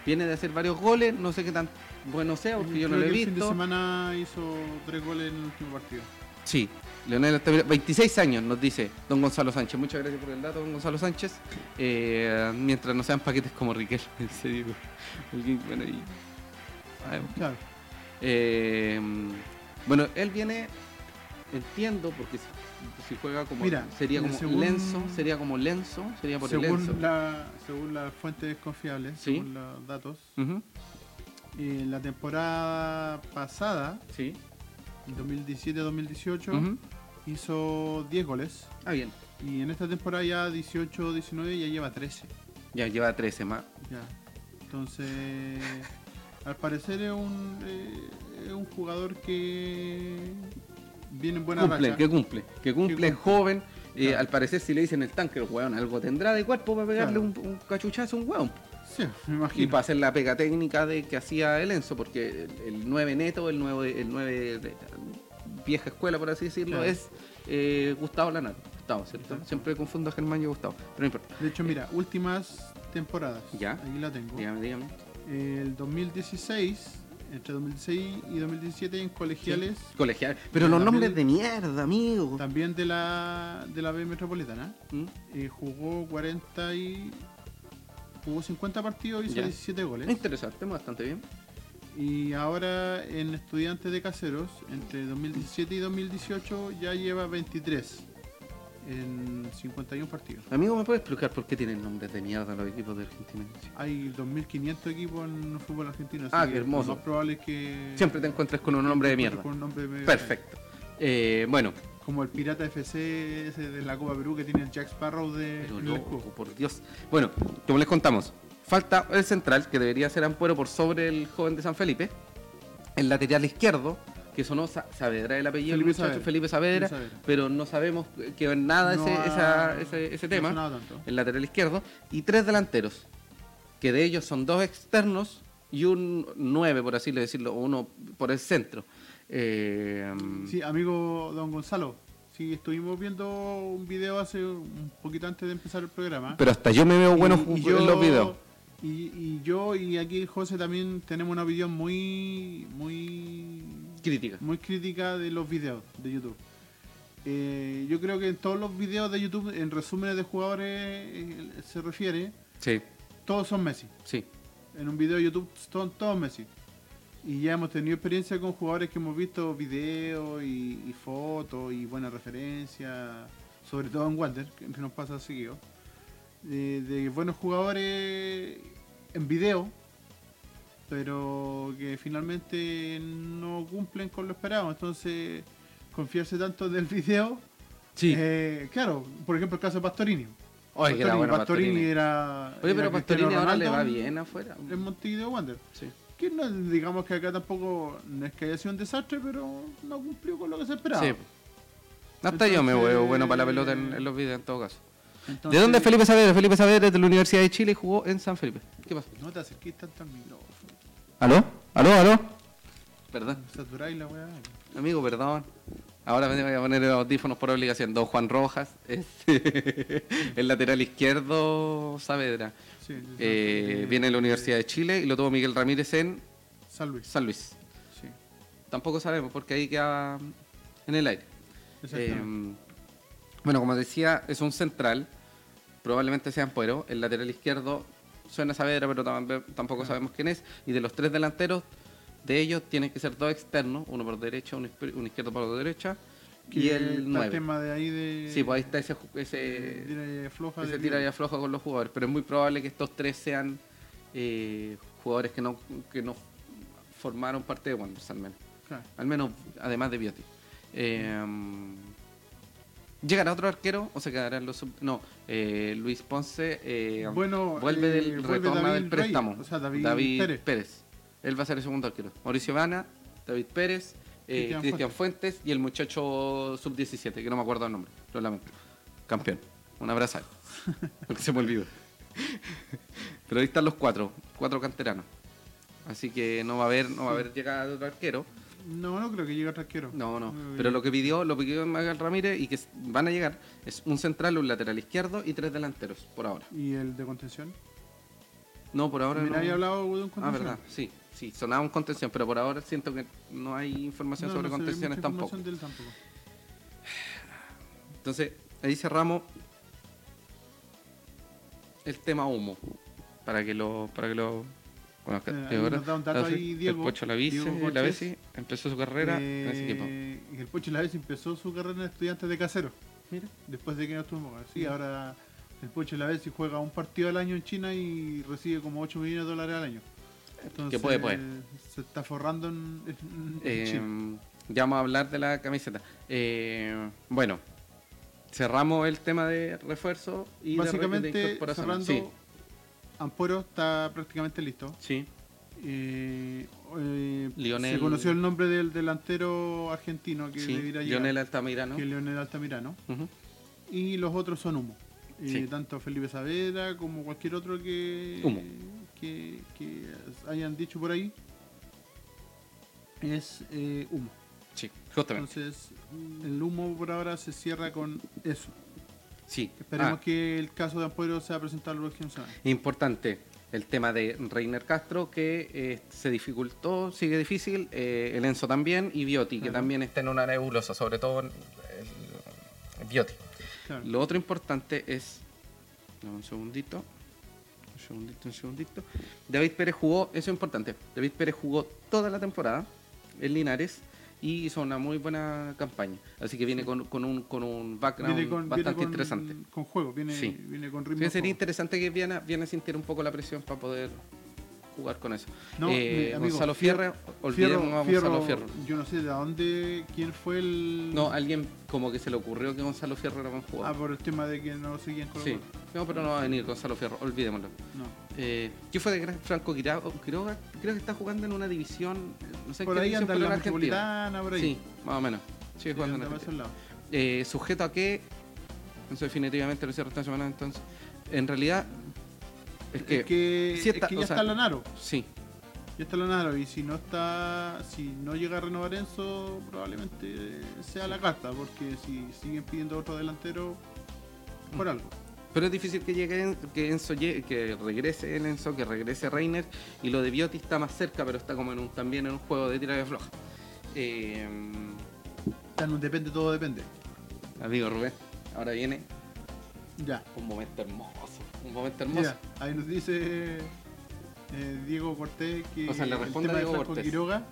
S1: Viene de hacer varios goles, no sé qué tan bueno sea, porque yo no
S2: Creo
S1: lo he
S2: que El fin de
S1: visto.
S2: semana hizo tres goles en el último partido.
S1: Sí, Leonel Altavira, 26 años nos dice don Gonzalo Sánchez. Muchas gracias por el dato, don Gonzalo Sánchez. Eh, mientras no sean paquetes como Riquel, en serio. Alguien, bueno, y- Ah,
S2: Claro.
S1: eh, bueno, él viene, entiendo, porque si, si juega como.
S2: Mira,
S1: sería
S2: mira,
S1: como
S2: según-
S1: Lenzo, sería como Lenzo, sería por el Lenzo.
S2: Según, la, según las fuentes confiables,
S1: Sí.
S2: según los datos,
S1: Ujú,
S2: eh, la temporada pasada,
S1: Sí.
S2: 2017-2018,
S1: ujú.
S2: hizo 10 goles.
S1: Ah, bien.
S2: Y en esta temporada ya 18-19 ya lleva 13.
S1: Ya lleva 13 más.
S2: Ya. Entonces, al parecer es un, eh, es un jugador que viene en buena
S1: Cumple,
S2: racha.
S1: que cumple, que cumple,
S2: cumple.
S1: joven. Eh,
S2: Claro.
S1: Al parecer, si le dicen el tanque, el weón algo tendrá de cuerpo para pegarle
S2: Claro.
S1: un, un cachuchazo a un weón.
S2: Sí, me
S1: Y
S2: imagino.
S1: para hacer la pega técnica de que hacía el Enzo, porque el, el 9 neto, el 9, el 9 de- de- vieja escuela, por así decirlo,
S2: Claro.
S1: es eh, Gustavo Lanar. Gustavo, ¿cierto?
S2: Exacto.
S1: Siempre confundo a Germán y a Gustavo, pero no importa.
S2: De hecho, mira, últimas temporadas.
S1: Ya.
S2: Aquí la tengo.
S1: Dígame, dígame.
S2: El 2016, entre 2016 y 2017 en colegiales,
S1: Colegial. Pero
S2: Y
S1: los
S2: también-
S1: nombres de mierda, amigo.
S2: también de la, de la B Metropolitana,
S1: ¿Mm?
S2: eh, jugó 40 y... Jugó 50 partidos, hizo
S1: Ya.
S2: 17 goles.
S1: Interesante, bastante bien.
S2: Y ahora en Estudiantes de Caseros, entre 2017 y 2018, ya lleva 23 en 51 partidos.
S1: Amigo, ¿me puede explicar por qué tienen nombres de mierda los equipos de Argentina?
S2: Hay 2.500 equipos en el fútbol argentino. así
S1: Ah,
S2: que
S1: qué hermoso.
S2: Lo más probable es que...
S1: Siempre te encuentras con un nombre de mierda.
S2: Con un nombre medio-
S1: Perfecto. Eh, bueno,
S2: Como el Pirata FC ese de la Copa Perú que tiene el Jack Sparrow de
S1: Pero
S2: en el
S1: loco,
S2: escudo.
S1: por Dios. Bueno, como les contamos, falta el central, que debería ser Ampuero por sobre el joven de San Felipe. El lateral izquierdo, que sonó Sa- Saavedra el apellido del
S2: Felipe
S1: muchacho,
S2: Saavedra.
S1: Felipe Saavedra,
S2: Felipe Saavedra.
S1: pero no sabemos eh, que en nada
S2: No
S1: ese,
S2: ha-
S1: esa- ese- ese
S2: no
S1: tema.
S2: ha sonado tanto.
S1: El lateral izquierdo. Y tres delanteros, que de ellos son dos externos y un nueve, por así decirlo, o uno por el centro. Eh,
S2: Sí, amigo don Gonzalo, sí, estuvimos viendo un video hace un poquito antes de empezar el programa.
S1: pero hasta yo me veo
S2: Y-
S1: bueno
S2: y
S1: en
S2: yo-
S1: los videos.
S2: Y, y yo y aquí el José también tenemos una opinión muy, muy,
S1: Crítica.
S2: muy crítica de los videos de YouTube. Eh, yo creo que en todos los videos de YouTube, en resúmenes de jugadores eh, se refiere,
S1: Sí,
S2: todos son Messi.
S1: sí.
S2: en un video de YouTube son todos Messi. Y ya hemos tenido experiencia con jugadores que hemos visto videos y, y fotos y buenas referencias, sobre todo en Wander, que que nos pasa seguido, de, de buenos jugadores en video, pero que finalmente no cumplen con lo esperado. Entonces, confiarse tanto del video,
S1: Sí.
S2: eh, claro, por ejemplo el caso de Pastorini.
S1: Oye, que era bueno Pastorini.
S2: era...
S1: Oye, pero
S2: era
S1: Pastorini
S2: Cristiano
S1: ahora le va
S2: Ronaldo
S1: bien afuera.
S2: en Montevideo Wander.
S1: Sí.
S2: Que no, digamos que acá tampoco no es que haya sido un desastre, pero no cumplió con lo que se esperaba.
S1: Sí. Hasta yo me
S2: Entonces-
S1: veo bueno para la pelota en, en los videos en todo caso. ¿De
S2: Entonces-
S1: dónde es Felipe Saavedra? Felipe Saavedra es de la Universidad de Chile y jugó en San Felipe. ¿Qué pasa?
S2: No te acerques tanto al micrófono.
S1: ¿Aló? ¿Aló? ¿Aló? ¿verdad?
S2: Saturáis la weá.
S1: Amigo, perdón. Ahora me voy a poner audífonos por obligación. Don Juan Rojas, este, el lateral izquierdo Saavedra.
S2: Sí, sí,
S1: Eh,
S2: sí.
S1: viene de la Universidad de Chile y lo tuvo Miguel Ramírez en
S2: San Luis.
S1: San Eh, Luis.
S2: Sí,
S1: Tampoco sabemos porque ahí queda mm, en el aire.
S2: exactamente.
S1: Eh, bueno, como decía, es un central. Probablemente sea Ampuero. El lateral izquierdo suena Saavedra, pero tam- tampoco sabemos quién es. Y de los tres delanteros, de ellos tienen que ser dos externos: uno por derecha, uno, ispe- uno izquierdo por derecha. Y
S2: Que
S1: el
S2: está
S1: 9.
S2: el tema de ahí de.
S1: Sí, pues ahí está ese, ju- ese,
S2: de tira y afloja
S1: ese
S2: del
S1: tira y
S2: Liverpool.
S1: afloja con los jugadores. Pero es muy probable que estos tres sean eh, jugadores que no, que no formaron parte de Wanderers, al menos.
S2: Claro.
S1: Al menos, además de Bioti. ¿Llegará otro arquero o se quedarán los sub- No, eh, Luis Ponce eh,
S2: Bueno,
S1: vuelve
S2: eh,
S1: del
S2: vuelve
S1: retoma
S2: David
S1: del
S2: Reyes,
S1: préstamo.
S2: o sea, David Pérez.
S1: Él va a ser el segundo arquero. Mauricio Vana, David Pérez, eh,
S2: Cristian
S1: Cristian Fuentes. y el muchacho sub-17, que no me acuerdo el nombre, lo lamento. Campeón. Un abrazo. Porque se me olvidó. Pero ahí están los cuatro, cuatro canteranos. Así que no va a haber, no va a haber llegada de otro arquero.
S2: No, no creo que llegue otro arquero.
S1: No, no.
S2: creo que
S1: Pero
S2: llegue.
S1: lo que pidió, lo que pidió Magal Ramírez y que s- van a llegar es un central, un lateral izquierdo y tres delanteros, por ahora.
S2: ¿Y el de contención?
S1: No, por ahora
S2: Mira,
S1: no.
S2: ahí hablaba de un contención.
S1: Ah, verdad, sí, sí, sonaba un contención, pero por ahora siento que no hay información
S2: No,
S1: sobre
S2: no se ve
S1: contenciones
S2: mucha
S1: tampoco.
S2: información de él tampoco.
S1: Entonces, ahí cerramos el tema humo. Para que lo. Para que lo bueno,
S2: Eh,
S1: es
S2: ahí
S1: verdad.
S2: nos da un dato
S1: Entonces,
S2: ahí, Diego-
S1: el Pocho la
S2: Diego
S1: bici,
S2: Borges.
S1: la Bessi empezó su carrera en ese equipo.
S2: Eh, y el Pocho Lavezzi empezó su carrera en estudiantes de casero.
S1: Mira.
S2: Después de que no estuvo en Boca. Sí,
S1: Mm.
S2: ahora el Pocho Lavezzi juega un partido al año en China y recibe como 8 millones de dólares al año. Entonces,
S1: puede, puede.
S2: Se está forrando en, en- en China.
S1: Eh, ya vamos a hablar de la camiseta. Eh, bueno, cerramos el tema de refuerzo y de re- de
S2: Básicamente, cerrando,
S1: incorporaciones.
S2: Ampuero está prácticamente listo.
S1: Sí, sí.
S2: Eh, eh,
S1: Lionel-
S2: Se conoció el nombre del delantero argentino que
S1: sí.
S2: debiera llegar,
S1: Lionel Altamirano.
S2: que es Leonel Altamirano.
S1: Ujú.
S2: y los otros son humo. Eh,
S1: Sí.
S2: Tanto Felipe Saavedra como cualquier otro que,
S1: Humo.
S2: que, que hayan dicho por ahí es eh, humo.
S1: Sí, justamente.
S2: Entonces, el humo por ahora se cierra con eso.
S1: Sí.
S2: Esperemos
S1: Ah,
S2: que el caso de Ampuero sea presentado la próxima semana.
S1: Importante el tema de Reiner Castro que eh, se dificultó, sigue difícil, eh, el Enzo también y Bioti que
S2: Claro.
S1: también está
S4: Está en una nebulosa, sobre todo en el, el Bioti.
S2: Claro.
S1: Lo otro importante es. dame un segundito. Un segundito, un segundito. David Pérez jugó, eso es importante. David Pérez jugó toda la temporada en Linares y hizo una muy buena campaña. Así que viene con, con un, con un background
S2: Viene con,
S1: bastante
S2: viene con-
S1: interesante.
S2: Con juego, viene,
S1: Sí.
S2: viene con
S1: Sí,
S2: ritmo. de
S1: sería
S2: juego.
S1: interesante que Viana, Viana sintiera un poco la presión para poder jugar con eso.
S2: No,
S1: Eh,
S2: mi amigo,
S1: Gonzalo Fierro,
S2: Fierro-
S1: olvidemos a Gonzalo Fierro.
S2: Yo no sé de dónde, quién fue el.
S1: No, alguien como que se le ocurrió que Gonzalo Fierro era buen
S2: ah,
S1: jugador.
S2: por el tema de que no seguían con
S1: sí. No, pero no va a venir Gonzalo Fierro, olvidémoslo.
S2: No.
S1: Eh, ¿Qué fue de Gran- Franco Quira- Quiroga? Creo que está jugando en una división. eh, No sé en
S2: Por
S1: qué
S2: ahí
S1: división,
S2: anda
S1: pero
S2: la
S1: en Argentina.
S2: metropolitana, por ahí.
S1: Sí, más o menos. Sigue
S2: Sí,
S1: jugando en
S2: anda para esos
S1: Argentina.
S2: lados.
S1: Eh, ¿Sujeto a qué? Eso definitivamente lo cierro esta semana. Entonces, en realidad, es que.
S2: Es que,
S1: sí
S2: es
S1: está-
S2: que
S1: o
S2: ya
S1: sea-
S2: está Lanaro.
S1: Sí,
S2: Ya está Lanaro. Y si no está. Si no llega a renovar Enzo, probablemente sea la carta. Porque si siguen pidiendo otro delantero,
S1: Mm.
S2: por algo.
S1: pero es difícil que llegue en- que Enzo llegue- que regrese el Enzo, que regrese Reiner. Y lo de Bioti está más cerca, pero está como en un, también en un juego de tira de floja. Eh,
S2: Ya no depende, todo depende.
S1: amigo Rubén, ahora viene
S2: Ya.
S1: un momento hermoso. Un momento hermoso.
S2: Mira, ahí nos dice eh, Diego Cortés que
S1: O sea, le responde
S2: el tema
S1: Diego
S2: de Franco
S1: Cortés.
S2: Quiroga.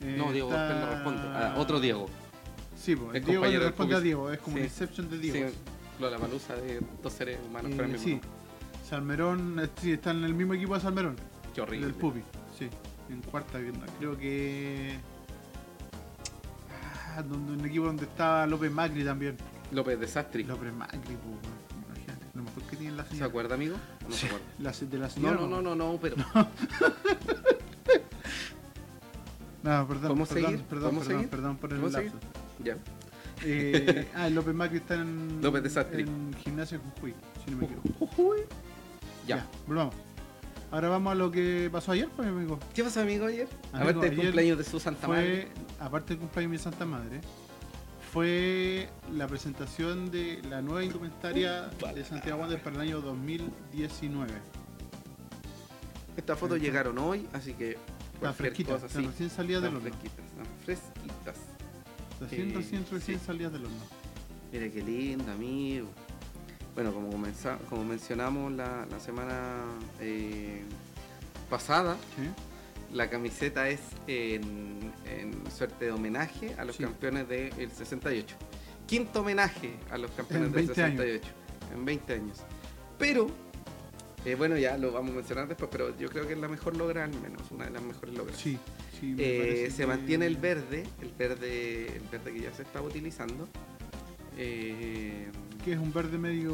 S2: eh,
S1: No, Diego
S2: está-
S1: Cortés le responde. Ah, otro Diego.
S2: Sí, pues,
S1: Es
S2: Diego le
S1: compañero del
S2: responde a
S1: Pubis.
S2: Diego. Es como
S1: Sí.
S2: un exception de Diego.
S1: Sí, lo de la malusa de dos seres humanos pero el
S2: Eh,
S1: mismo
S2: sí.
S1: nombre.
S2: Salmerón, eh, sí, está en el mismo equipo de Salmerón.
S1: Qué horrible.
S2: Del Pupi, sí. En cuarta pierna. Creo que. Ah, donde, un equipo donde está López Macri también.
S1: López Desastre.
S2: López Macri, pues, weón, imagínate. Lo mejor que tiene la
S1: ¿Se
S2: señora.
S1: acuerda, amigo? ¿O no se acuerda?
S2: La se- de la
S1: No,
S2: señora. pues.
S1: no, no, no, no, pero
S2: No, Ah, perdón,
S1: ¿Podemos
S2: perdón,
S1: seguir?
S2: perdón,
S1: ¿Podemos
S2: perdón,
S1: seguir?
S2: perdón por el
S1: ¿Podemos
S2: lapso.
S1: ya.
S2: Eh, ah, el López Macri está en.
S1: López Desastre.
S2: En Gimnasia Jujuy, si no me equivoco.
S1: Ya.
S2: volvamos. Ahora vamos a lo que pasó ayer, pues, amigo.
S1: ¿Qué pasó, amigo, ayer?
S2: Amigo,
S1: Aparte del
S2: ayer
S1: cumpleaños de su santa madre.
S2: Fue, aparte del cumpleaños de mi Santa Madre, fue la presentación de la nueva indumentaria de Santiago Wander para el año 2019.
S1: Estas fotos llegaron hoy, así que.
S2: La
S1: cualquier
S2: fresquita,
S1: cosa así.
S2: están recién salidas del
S1: Están
S2: horno.
S1: fresquitas, están fresquitas.
S2: Recién,
S1: Eh,
S2: recién, recién
S1: sí.
S2: salidas del horno.
S1: Mira qué linda, amigo. Bueno, como, comenza- como mencionamos la, la semana eh, pasada,
S2: ¿sí?
S1: la camiseta es en, en suerte de homenaje a los
S2: Sí.
S1: campeones del 68. Quinto homenaje a los campeones
S2: En
S1: del
S2: 20 años.
S1: 68. En 20 años. Pero, eh, bueno, ya lo vamos a mencionar después, pero yo creo que es la mejor logra, al menos, una de las mejores logras.
S2: Sí, sí, me
S1: Eh,
S2: parece
S1: se
S2: que-
S1: mantiene el verde, el verde, el verde que ya se estaba utilizando. Eh,
S2: Que es un verde medio,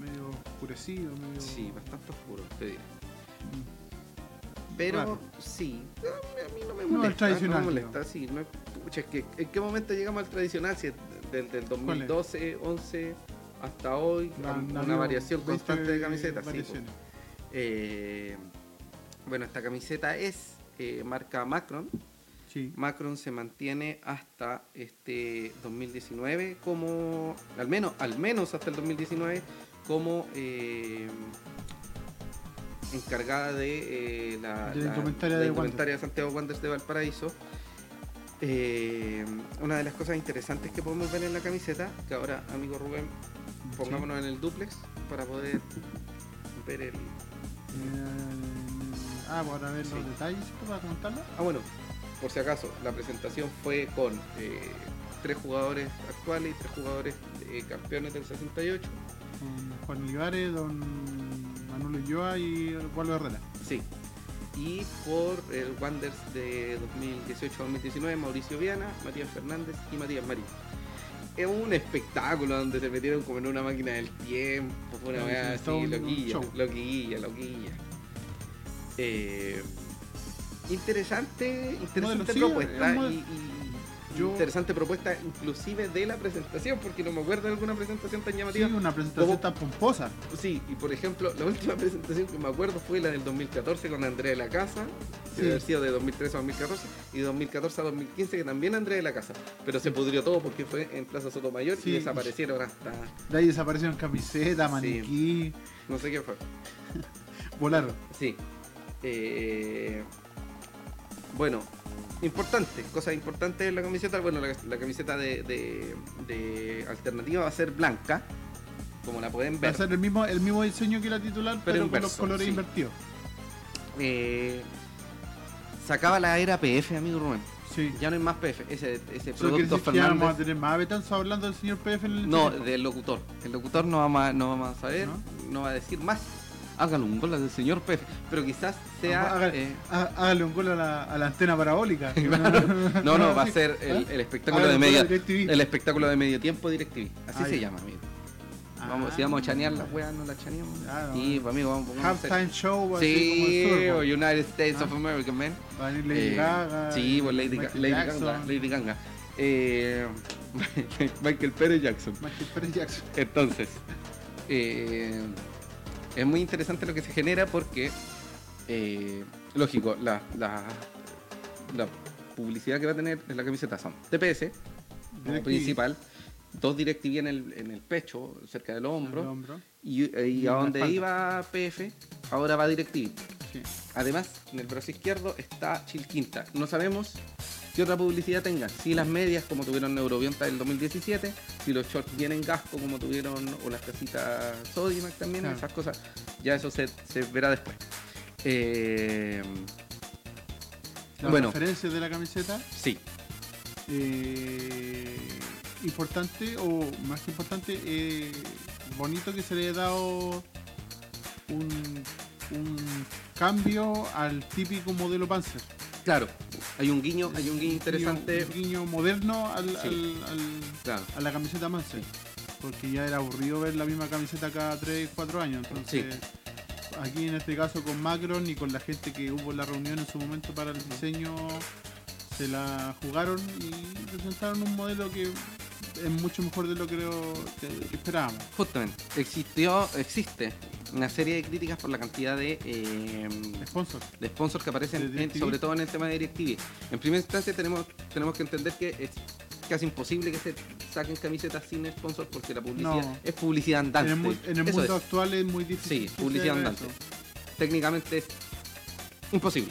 S2: medio oscurecido, medio...
S1: sí, bastante oscuro, te diré.
S2: Mm,
S1: Pero
S2: Raro.
S1: sí, a mí no me
S2: No, el
S1: molesta. No,
S2: tradicional,
S1: me molesta, sí. no es- pucha, es que, ¿En qué momento llegamos al tradicional? Si es del, del
S2: ¿Cuál es?
S1: 2012, 11 hasta hoy,
S2: la-
S1: un-
S2: la
S1: una
S2: veo
S1: variación
S2: 20
S1: constante de camisetas. sí, pues. po.
S2: variaciones.
S1: Eh, bueno, esta camiseta es eh, marca Macron.
S2: Sí,
S1: Macron se mantiene hasta este 2019 como, al menos, al menos hasta el 2019, como eh, encargada de eh, la,
S2: De la indumentaria de
S1: indumentaria de Santiago Wanderers de Valparaíso. Eh, una de las cosas interesantes que podemos ver en la camiseta, que ahora, amigo Rubén, pongámonos en el duplex para poder ver el...
S2: Eh, ah, para ver los
S1: Sí.
S2: detalles, ¿sí? para contarlo.
S1: Ah, bueno, por si acaso, la presentación fue con eh, tres jugadores actuales y tres jugadores eh, campeones del 68.
S2: Con Juan Olivares, don Manuel Ulloa y Waldo Herrera.
S1: Sí. Y por el Wanderers de 2018-2019, Mauricio Viana, Matías Fernández y Matías Marín. Es un espectáculo donde se metieron como en una máquina del tiempo, fue una
S2: Claro,
S1: weá
S2: hicieron
S1: así,
S2: todo un- un
S1: loquilla,
S2: show.
S1: loquilla, loquilla. Eh, interesante,
S2: Modelo,
S1: interesante
S2: sí,
S1: propuesta
S2: es un mod-
S1: y, y- y
S2: Yo-
S1: interesante propuesta inclusive de la presentación, porque no me acuerdo de alguna presentación tan
S2: Sí,
S1: llamativa.
S2: una presentación
S1: ¿Cómo?
S2: tan pomposa.
S1: Sí, y por ejemplo, la última presentación que me acuerdo fue la del 2014 con Andrea de la Casa, que
S2: Sí.
S1: debe haber sido de 2013 a 2014, y de 2014 a 2015 que también Andrea de la Casa, pero se pudrió todo porque fue en Plaza Sotomayor
S2: Sí.
S1: y desaparecieron hasta
S2: De ahí desaparecieron camiseta,
S1: Sí.
S2: maniquí,
S1: no sé qué fue.
S2: volaron.
S1: Sí. Eh, bueno, importante, cosa importante de la camiseta, bueno, la, la camiseta de, de- de alternativa va a ser blanca, como la pueden
S2: Va a
S1: ver.
S2: ser el mismo, el mismo diseño que la titular, pero, con los
S1: inverso,
S2: colores
S1: sí.
S2: invertidos.
S1: Eh, sacaba la era PF, amigo Rubén.
S2: Sí.
S1: Ya no hay más PF, ese, ese
S2: Eso quiere
S1: producto
S2: decir que ya vamos a
S1: Fernández.
S2: tener más abetanzos hablando del señor PF en el
S1: No,
S2: tiempo.
S1: del locutor. El locutor no vamos a, no vamos a saber,
S2: ¿No?
S1: ¿No? va a decir más. Hágalo un gol del señor PF. Pero quizás sea.
S2: Haga-
S1: eh,
S2: há- Hágale un gol a la, a la antena parabólica.
S1: no, no, va a ser el,
S2: Ah, ¿Eh?
S1: el espectáculo de media.
S2: pues,
S1: El espectáculo de medio tiempo DirecTV. Así
S2: Ah,
S1: se
S2: ya.
S1: llama, amigo. Vamos, si vamos a chanear las weas, no las chaneamos.
S2: Ah, no.
S1: y pues, amigo, vamos a
S2: Halftime show, así
S1: Sí,
S2: como el Super
S1: o
S2: Bowl.
S1: United States
S2: Ah.
S1: of America, man.
S2: Va a venir Lady
S1: Eh,
S2: Gaga.
S1: Sí, pues Lady, Ga-
S2: Michael
S1: Lady
S2: Jackson,
S1: Ganga. Lady Ganga. Eh, Michael Pérez Jackson.
S2: Michael Pérez Jackson.
S1: Entonces, eh, es muy interesante lo que se genera porque, eh, lógico, la, la, la publicidad que va a tener en la camiseta son TPS, como
S2: DirecTV.
S1: principal, dos DirecTV en el, en el pecho, cerca del
S2: El
S1: hombro,
S2: hombro.
S1: y, eh, y
S2: Y
S1: a
S2: en la
S1: donde
S2: espalda.
S1: iba PF, ahora va DirecTV.
S2: Sí.
S1: Además, en el brazo izquierdo está Chilquinta. No sabemos qué otra publicidad tengan. Si las medias, como tuvieron Neurovionta del 2017, si los shorts tienen Gasco, como tuvieron, o las casitas Sodimac también,
S2: Claro.
S1: esas cosas. Ya eso se, se verá después. Eh,
S2: Las
S1: Bueno.
S2: referencias de la camiseta.
S1: sí,
S2: eh, importante, o más que importante, eh, bonito que se le haya dado un, un cambio al típico modelo Panzer.
S1: claro. Hay un guiño, hay un guiño interesante.
S2: Un guiño moderno al-
S1: Sí.
S2: al- al,
S1: Claro.
S2: a la camiseta Manse. Porque ya era aburrido ver la misma camiseta cada 3, 4 años. Entonces, aquí en este caso con Macron y con la gente que hubo en la reunión en su momento para el diseño, se la jugaron y presentaron un modelo que es mucho mejor de lo que, creo- que- que esperábamos.
S1: Justamente, existió, existe una serie de críticas por la cantidad de, eh,
S2: Sponsor.
S1: de sponsors que
S2: De
S1: aparecen, en-
S2: DirecTV.
S1: sobre todo en el tema de DirecTV. En primera instancia tenemos, tenemos que entender que es casi imposible que se saquen camisetas sin sponsor porque la publicidad
S2: No.
S1: es publicidad
S2: En
S1: andante.
S2: el, mu- en el
S1: Eso
S2: mundo
S1: es.
S2: actual es muy difícil.
S1: Sí, publicidad
S2: hacer
S1: andante.
S2: eso.
S1: técnicamente es imposible.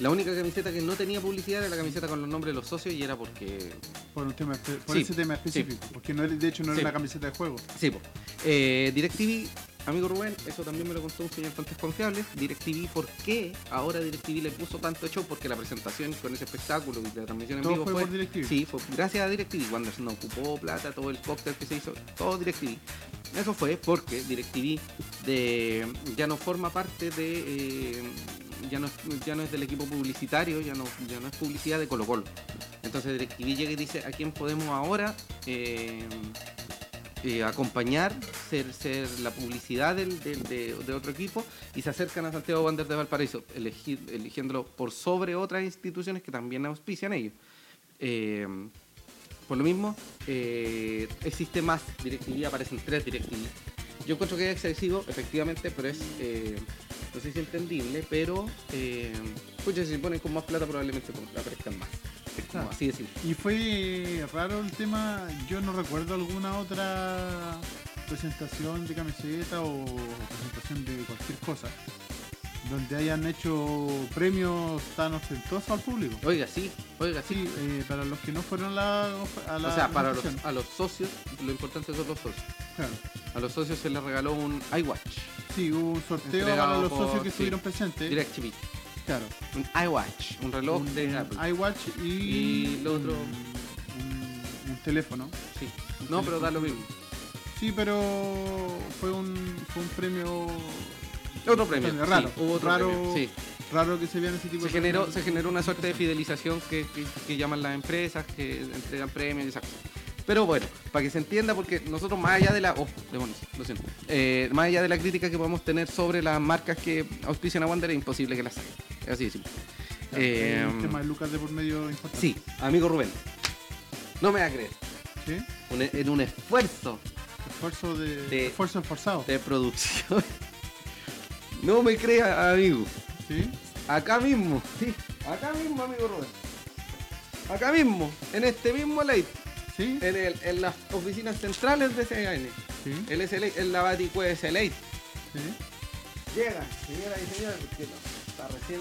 S1: La única camiseta que no tenía publicidad era la camiseta con los nombres de los socios y era porque...
S2: Por, un tema, espe- por
S1: Sí,
S2: ese tema específico. Porque no, era- de hecho no era
S1: Sí.
S2: una camiseta de juego.
S1: Sí, po. Eh, DirecTV, amigo Rubén, eso también me lo contó un señor Fuentes Confiables. DirecTV, ¿por qué ahora DirecTV le puso tanto show? Porque la presentación con ese espectáculo y la transmisión en
S2: Todo
S1: vivo
S2: fue
S1: fue...
S2: por DirecTV.
S1: Sí, fue gracias a DirecTV. Cuando se nos ocupó plata, todo el cóctel que se hizo, todo DirecTV. Eso fue porque DirecTV de, ya no forma parte de... eh, ya no, es- ya no es del equipo publicitario, ya no, ya no es publicidad de Colo Colo. Entonces DirecTV llega y dice a quién podemos ahora eh, eh, acompañar, ser, ser la publicidad del- del- de, de otro equipo y se acercan a Santiago Wander de Valparaíso, elegir- eligiéndolo por sobre otras instituciones que también auspician ellos. Eh, por lo mismo, eh, existe más DirecTV, aparecen tres DirecTV. Yo encuentro que es excesivo, efectivamente, pero es, eh, no sé si entendible, pero eh, pucha, si ponen con más plata probablemente aparezcan más. Es como
S2: Claro.
S1: así de simple.
S2: Y fue raro el tema, yo no recuerdo alguna otra presentación de camiseta o presentación de cualquier cosa donde hayan hecho premios tan ostentosos al público.
S1: Oiga, sí, oiga, sí.
S2: Sí, eh, para los que no fueron a la, of- a la
S1: o sea, para los,
S2: presentación.
S1: a los socios, lo importante son los socios.
S2: Claro.
S1: A los socios se les regaló un iWatch,
S2: Sí, hubo un sorteo
S1: Entregado
S2: para los
S1: por-
S2: socios que
S1: sí.
S2: estuvieron presentes.
S1: DirecTV.
S2: Claro.
S1: Un iWatch, un reloj
S2: Un
S1: de Apple.
S2: iWatch y,
S1: Y lo otro-
S2: un- un teléfono.
S1: Sí. No, pero da lo mismo.
S2: Sí, pero fue un, fue un premio
S1: Otro premio.
S2: Premio raro.
S1: sí, hubo otro
S2: Raro. pues,
S1: premio, sí.
S2: raro que se vean ese tipo
S1: Se
S2: de
S1: generó,
S2: premios.
S1: se generó una suerte de fidelización que, que- que llaman las empresas, que entregan premios y esas cosas. Pero bueno, para que se entienda, porque nosotros más allá de la... Oh, demonios, lo siento. Eh, más allá de la crítica que podemos tener sobre las marcas que auspician a Wander, es imposible que las saquen. Es así de simple.
S2: Claro,
S1: Eh,
S2: hay un tema de Lucas de por medio importante.
S1: Sí, amigo Rubén. No me vas a creer.
S2: ¿Sí?
S1: Un e- en un esfuerzo
S2: Esfuerzo de,
S1: De-
S2: esfuerzo esforzado.
S1: de producción. No me creas, amigo.
S2: ¿Sí?
S1: Acá mismo, sí. Acá mismo, amigo Rubén. Acá mismo, en este mismo late,
S2: ¿Sí?
S1: en, el- en las oficinas centrales de CN,
S2: ¿Sí?
S1: el SLate, en la Baticue SLate.
S2: ¿Sí?
S1: Llega, señora y señora, porque no, está recién.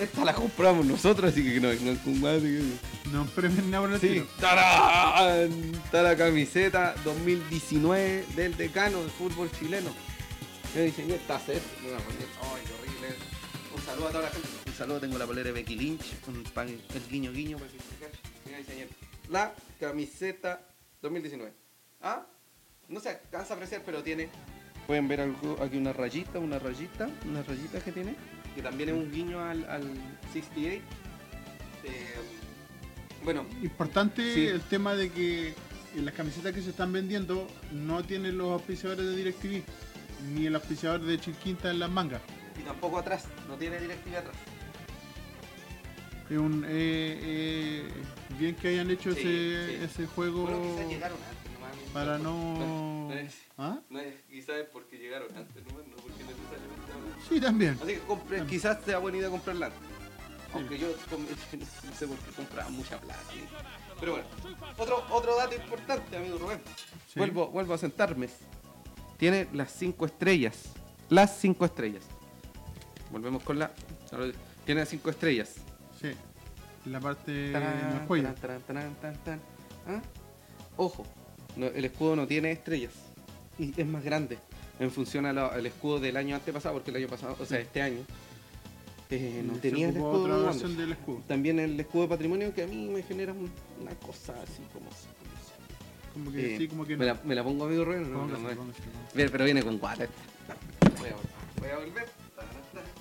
S1: Esta la compramos nosotros, así que no, no, no así que-
S2: No premien nada por el
S1: Sí.
S2: tiro.
S1: ¡Tarán! Está la camiseta 2019 del decano del fútbol chileno. Yo diseñé esta set. Una camiseta- pues, ¡Ay, qué horrible! Un saludo a toda la gente. Un saludo, tengo la polera de Becky Lynch. Un pan, el guiño guiño pues, para que se cache. Yo diseñé la camiseta 2019. ¿Ah? No se alcanza a apreciar, pero tiene. Pueden ver algo- aquí una rayita, una rayita, una rayita que tiene. Que también es un guiño al, al 68. Eh, bueno,
S2: Importante
S1: Sí.
S2: el tema de que las camisetas que se están vendiendo no tienen los auspiciadores de DirecTV ni el auspiciador de Chiquinta en las mangas.
S1: y tampoco atrás, no tiene directiva atrás.
S2: Es un, eh, eh, bien que hayan hecho
S1: Sí,
S2: ese,
S1: sí.
S2: ese juego
S1: Bueno, quizás llegaron antes, nomás, no
S2: Oh. para
S1: sé
S2: no...
S1: por- es-
S2: ¿Ah?
S1: por- no es- quizás es porque llegaron antes, nomás, no porque necesariamente ahora.
S2: Sí, también.
S1: Así que
S2: Em.
S1: compre, quizás sea buena idea comprarla. antes. Aunque yo com- no sé por qué compraba mucha plata. ¿sí? Pero bueno, otro, otro dato importante, amigo Rubén.
S2: Sí.
S1: Vuelvo, vuelvo a sentarme. Tiene las cinco estrellas. Las cinco estrellas. Volvemos con la. Tiene las cinco estrellas.
S2: Sí. La parte en
S1: Tarán,
S2: el cuello.
S1: tarán, tarán, tarán, tarán, tarán. ¿Ah? Ojo, no, el escudo no tiene estrellas y es más grande en función al escudo del año antepasado, porque el año pasado, o sea, este año, eh, no
S2: Se
S1: tenía el
S2: ocupó
S1: escudo.
S2: otra
S1: de
S2: versión
S1: Wander.
S2: del escudo.
S1: También el escudo de patrimonio que a mí me genera un- una cosa así como.
S2: Como que
S1: Eh,
S2: sí, como que
S1: me,
S2: no.
S1: la, me la pongo amigo Rubén. No, no,
S2: Póngase,
S1: no, no.
S2: póngase, póngase.
S1: Bien, Pero viene con guata. Voy a volver. Voy a volver. Tarán, tarán.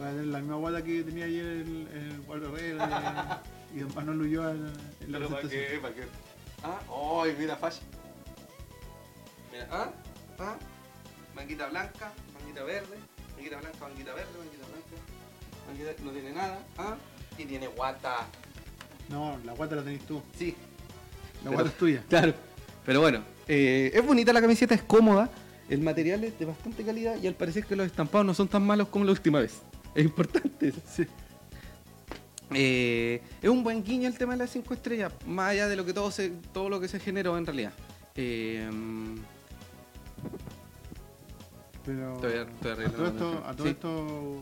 S2: Va a tener La misma guata que tenía ayer el, el Waldo Herrera eh, y don Manolo Ulloa en en la
S1: Pero para
S2: presentación.
S1: qué, para qué. Ah, ay, mira, facha. Mira, ah, ah. Manguita blanca, manguita verde, manguita blanca, manguita verde, manguita blanca. Manguita, no tiene nada, ah. Y tiene guata.
S2: No, la guata la tenés tú.
S1: Sí,
S2: La La
S1: Pero-
S2: guata es tuya.
S1: Claro. Pero bueno, eh, es bonita la camiseta, es cómoda, el material es de bastante calidad y al parecer que los estampados no son tan malos como la última vez. Es importante. eso. Eh, es un buen guiño el tema de las 5 estrellas, más allá de lo que todo se, todo lo que se generó en realidad. Eh,
S2: Pero
S1: Estoy ar- estoy
S2: a
S1: arreglando
S2: todo esto,
S1: la
S2: a todo
S1: sí.
S2: esto,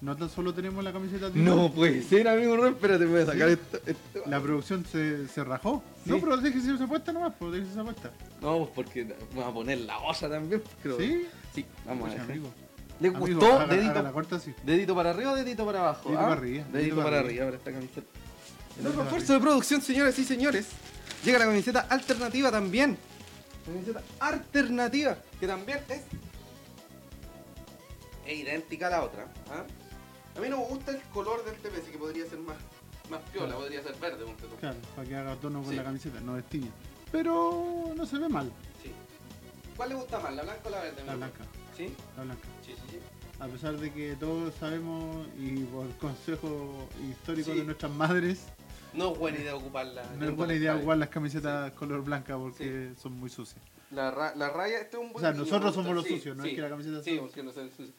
S2: no tan solo tenemos la camiseta de
S1: no puede ser, amigo Ron, espérate, me voy a sacar esto. esto.
S2: La producción se, se rajó.
S1: Sí.
S2: No, pero déjese esa apuesta nomás, pues déjese esa apuesta.
S1: No, pues porque vamos a poner la osa también. creo.
S2: ¿Sí?
S1: Sí, vamos a
S2: Oye,
S1: ver.
S2: amigo.
S1: ¿Le
S2: Amigo,
S1: gustó?
S2: haga-
S1: dedito,
S2: haga la corta así.
S1: dedito para arriba o dedito para abajo?
S2: Dedito
S1: ah?
S2: para arriba,
S1: Dedito,
S2: dedito
S1: para,
S2: para
S1: arriba, para esta camiseta.
S2: Dedito
S1: El
S2: para
S1: refuerzo de producción, señoras y señores. Llega la camiseta alternativa también. La camiseta alternativa, que también es. Es idéntica a la otra. ¿ah? A mí no me gusta el color del TPS, que podría ser más, más piola, podría ser verde. ponte tú.
S2: Claro, para que haga tono con
S1: Sí.
S2: la camiseta, no destiña. Pero no se ve mal,
S1: Sí. ¿Cuál le gusta más, la blanca o la verde?
S2: la
S1: mi amor?
S2: blanca,
S1: ¿Sí?
S2: la blanca.
S1: Sí, sí, sí.
S2: A pesar de que todos sabemos y por consejo histórico
S1: Sí.
S2: de nuestras madres,
S1: No es buena idea ocuparla.
S2: no es buena idea jugar las camisetas color blanca porque son muy sucias.
S1: La, ra- la raya, este es un
S2: O
S1: buen
S2: sea,
S1: guiño,
S2: nosotros
S1: me gusta.
S2: somos los
S1: Sí,
S2: sucios, no
S1: sí.
S2: es que la camiseta
S1: Sí,
S2: sea
S1: porque no son sucios.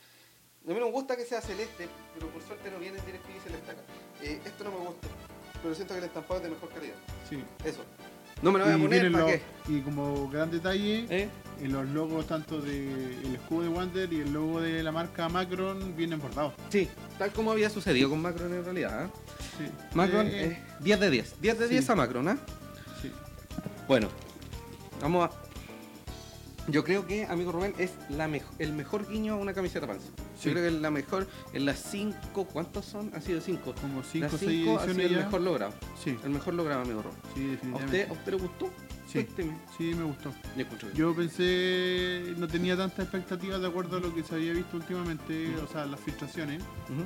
S1: A mí no me gusta que sea celeste, pero por suerte no viene el DirecTV celeste acá. Eh, esto no me gusta, pero siento que el estampado es de mejor calidad.
S2: Sí.
S1: Eso. No me lo voy a
S2: Y
S1: poner,
S2: vienen
S1: ¿para
S2: los-
S1: qué?
S2: y como gran detalle,
S1: ¿Eh?
S2: en los logos tanto del escudo de Wander y el logo de la marca Macron vienen bordados.
S1: Sí, tal como había sucedido con Macron en realidad. ¿eh?
S2: Sí.
S1: Macron
S2: Eh,
S1: es 10 de 10. 10 de
S2: sí.
S1: 10 a Macron, ¿ah?
S2: sí.
S1: Bueno, vamos a... Yo creo que, amigo Rubén, es la mejo- el mejor guiño a una camiseta panza.
S2: Sí.
S1: Yo creo que es la mejor, en las 5, ¿cuántos son? Ha sido 5.
S2: Como
S1: Las
S2: 5 o 6
S1: 5 ha sido
S2: ediciones
S1: el
S2: ya.
S1: mejor logrado.
S2: Sí,
S1: El mejor logrado, amigo Rubén. ¿A
S2: sí,
S1: usted, ¿A
S2: definitivamente.
S1: usted le gustó?
S2: Sí.
S1: Cuénteme.
S2: Sí, me gustó.
S1: Yo escucho bien.
S2: Yo pensé, no tenía tantas expectativas de acuerdo a lo que se había visto últimamente,
S1: Mm.
S2: o sea, las filtraciones,
S1: Ujú.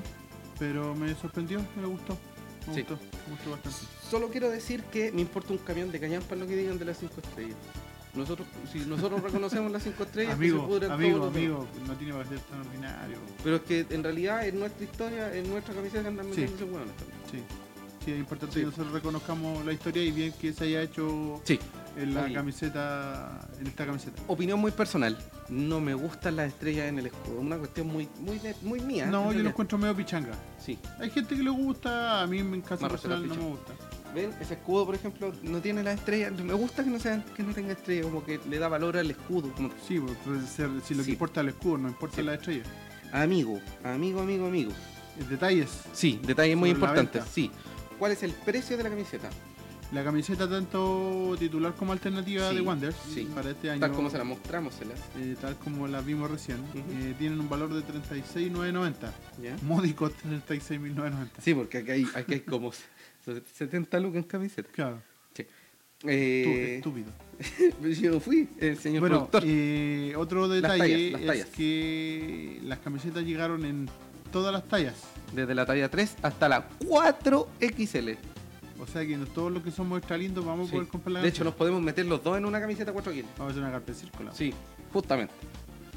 S2: pero me sorprendió, me gustó. Me
S1: Sí.
S2: gustó, me gustó bastante.
S1: Solo quiero decir que me importa un camión de cañampa lo que digan de las 5 estrellas. Nosotros, si nosotros reconocemos las 5 estrellas, que se
S2: Amigo,
S1: pudran
S2: amigo,
S1: todos los demás.
S2: amigo, no tiene para ser tan ordinario.
S1: Pero es que en realidad en nuestra historia, en nuestra camiseta andan
S2: Sí.
S1: metiendo esos hueones también.
S2: Sí. Sí, es importante
S1: Sí.
S2: que nosotros reconozcamos la historia y bien que se haya hecho
S1: Sí.
S2: en la
S1: Oye.
S2: camiseta, en esta camiseta.
S1: Opinión muy personal. No me gustan las estrellas en el escudo. Una cuestión muy, muy, de- muy mía. en
S2: No, yo lo
S1: realidad.
S2: encuentro medio pichanga.
S1: Sí.
S2: Hay gente que le gusta, a mí en caso
S1: Más respeto al
S2: personal no me gusta.
S1: ¿Ven? Ese escudo, por ejemplo, no tiene las estrellas. Me gusta que no, sean, que no tenga estrellas, como que le da valor al escudo. como-
S2: Sí, pues, puede ser- si lo
S1: Sí.
S2: que importa es el escudo, no importa
S1: Sí.
S2: la estrella.
S1: Amigo, amigo, amigo, amigo.
S2: Detalles.
S1: Sí, detalles muy
S2: Sobre la
S1: importantes.
S2: venta.
S1: Sí. ¿Cuál es el precio de la camiseta?
S2: La camiseta tanto titular como alternativa
S1: Sí,
S2: de Wander
S1: sí.
S2: para este año,
S1: Tal como se la mostramos, se la-
S2: eh, tal como la vimos recién,
S1: Ujú.
S2: eh, tienen un valor de 36.990.
S1: ¿ya?
S2: Módico 36.990.
S1: Sí, porque aquí hay, aquí hay como se- 70 lucas en camiseta.
S2: Claro, tú,
S1: Eh,
S2: estúpido.
S1: yo no fui, el señor
S2: Bueno,
S1: productor.
S2: eh, otro
S1: Las tallas,
S2: detalle
S1: las
S2: es
S1: tallas.
S2: que las camisetas llegaron en todas las tallas.
S1: Desde la talla 3 hasta la 4XL.
S2: O sea que todos los que somos extra lindos vamos
S1: Sí.
S2: a poder comprar la
S1: De hecho, nos
S2: camiseta.
S1: podemos meter los dos en una camiseta 4XL.
S2: Vamos a hacer una carpeta circular.
S1: Sí, justamente.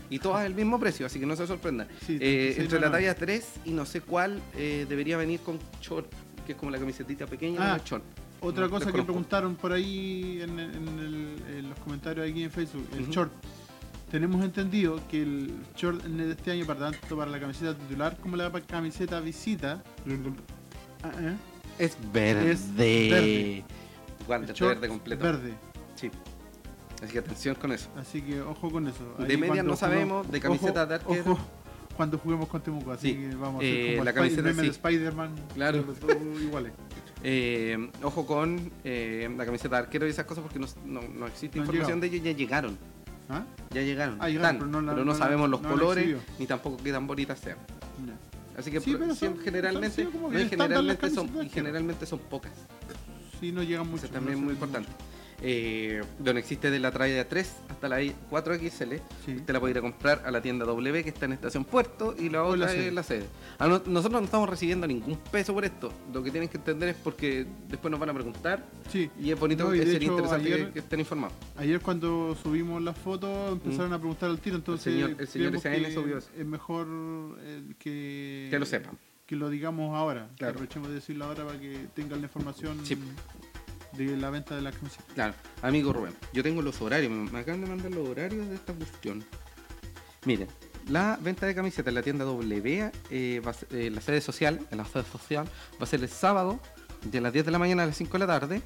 S1: Y todas al mismo precio, así que no se sorprendan.
S2: Sí,
S1: Eh,
S2: 36,99.
S1: entre la talla 3 y no sé cuál eh, debería venir con short, que es como la camisetita pequeña
S2: Ah,
S1: con el short.
S2: Otra
S1: No,
S2: cosa que
S1: desconozco.
S2: preguntaron por ahí en, en el- en los comentarios aquí en Facebook, el
S1: Ujú.
S2: short. Tenemos entendido que el short de este año, para tanto para la camiseta titular como la pa- camiseta visita, ah, ¿eh?
S1: Es verde.
S2: Es verde.
S1: Wander,
S2: El
S1: de
S2: short
S1: verde completo.
S2: verde.
S1: Sí. Así que atención con eso.
S2: Así que ojo con eso.
S1: De medias
S2: cuando
S1: no sabemos, de camiseta de arquero.
S2: Ojo cuando juguemos con Temuco, así
S1: Sí.
S2: que vamos a
S1: Eh,
S2: hacer como
S1: la
S2: el Spy- el
S1: camiseta
S2: meme de
S1: sí.
S2: Spider-Man.
S1: Claro.
S2: los dos iguales.
S1: Eh, ojo con eh, la camiseta de arquero y esas cosas porque no, no- no existe
S2: No han
S1: información de ellos. Ya llegaron.
S2: ¿Ah?
S1: Ya llegaron.
S2: Ah,
S1: están,
S2: llegaron,
S1: pero
S2: pero
S1: no,
S2: no la- no la-
S1: sabemos los
S2: no la
S1: colores
S2: exhibió.
S1: ni tampoco qué tan bonitas sean.
S2: Ya.
S1: Así que
S2: Sí,
S1: pro-
S2: pero
S1: sí,
S2: son-
S1: generalmente,
S2: son- sí, como
S1: no,
S2: que
S1: y
S2: estándar las
S1: generalmente,
S2: camisetas
S1: son,
S2: de
S1: y
S2: arquero.
S1: generalmente son pocas.
S2: Sí, no llegan mucho.
S1: Eso también es
S2: no
S1: muy
S2: se ven
S1: importante. Eh, Don existe de la talla 3 hasta la 4XL.
S2: Sí.
S1: Usted la puede ir a comprar a la tienda W que está en Estación Puerto y la
S2: O en la
S1: otra es
S2: sede.
S1: la sede. A no- nosotros no estamos recibiendo ningún peso por esto. Lo que tienen que entender es porque después nos van a preguntar
S2: mucho. Sí,
S1: y es bonito,
S2: No, y
S1: que
S2: de
S1: sería
S2: hecho,
S1: interesante
S2: ayer-
S1: que, que estén informados.
S2: Ayer cuando subimos las fotos empezaron a preguntar al tiro, entonces
S1: señor- Mm. el señor
S2: creemos
S1: SN
S2: que
S1: subió eso.
S2: es mejor eh, que,
S1: Que lo sepan.
S2: Que lo digamos ahora. que
S1: Claro.
S2: Aprovechemos de decirlo ahora para que tengan la información
S1: Sí.
S2: de la venta de la camiseta.
S1: Claro, amigo Rubén, yo tengo los horarios, me me acaban de mandar los horarios de esta cuestión. Miren, la venta de camisetas en la tienda W, eh, va a ser- eh, la sede social, en la sede social, va a ser el sábado de las 10 de la mañana a las 5 de la tarde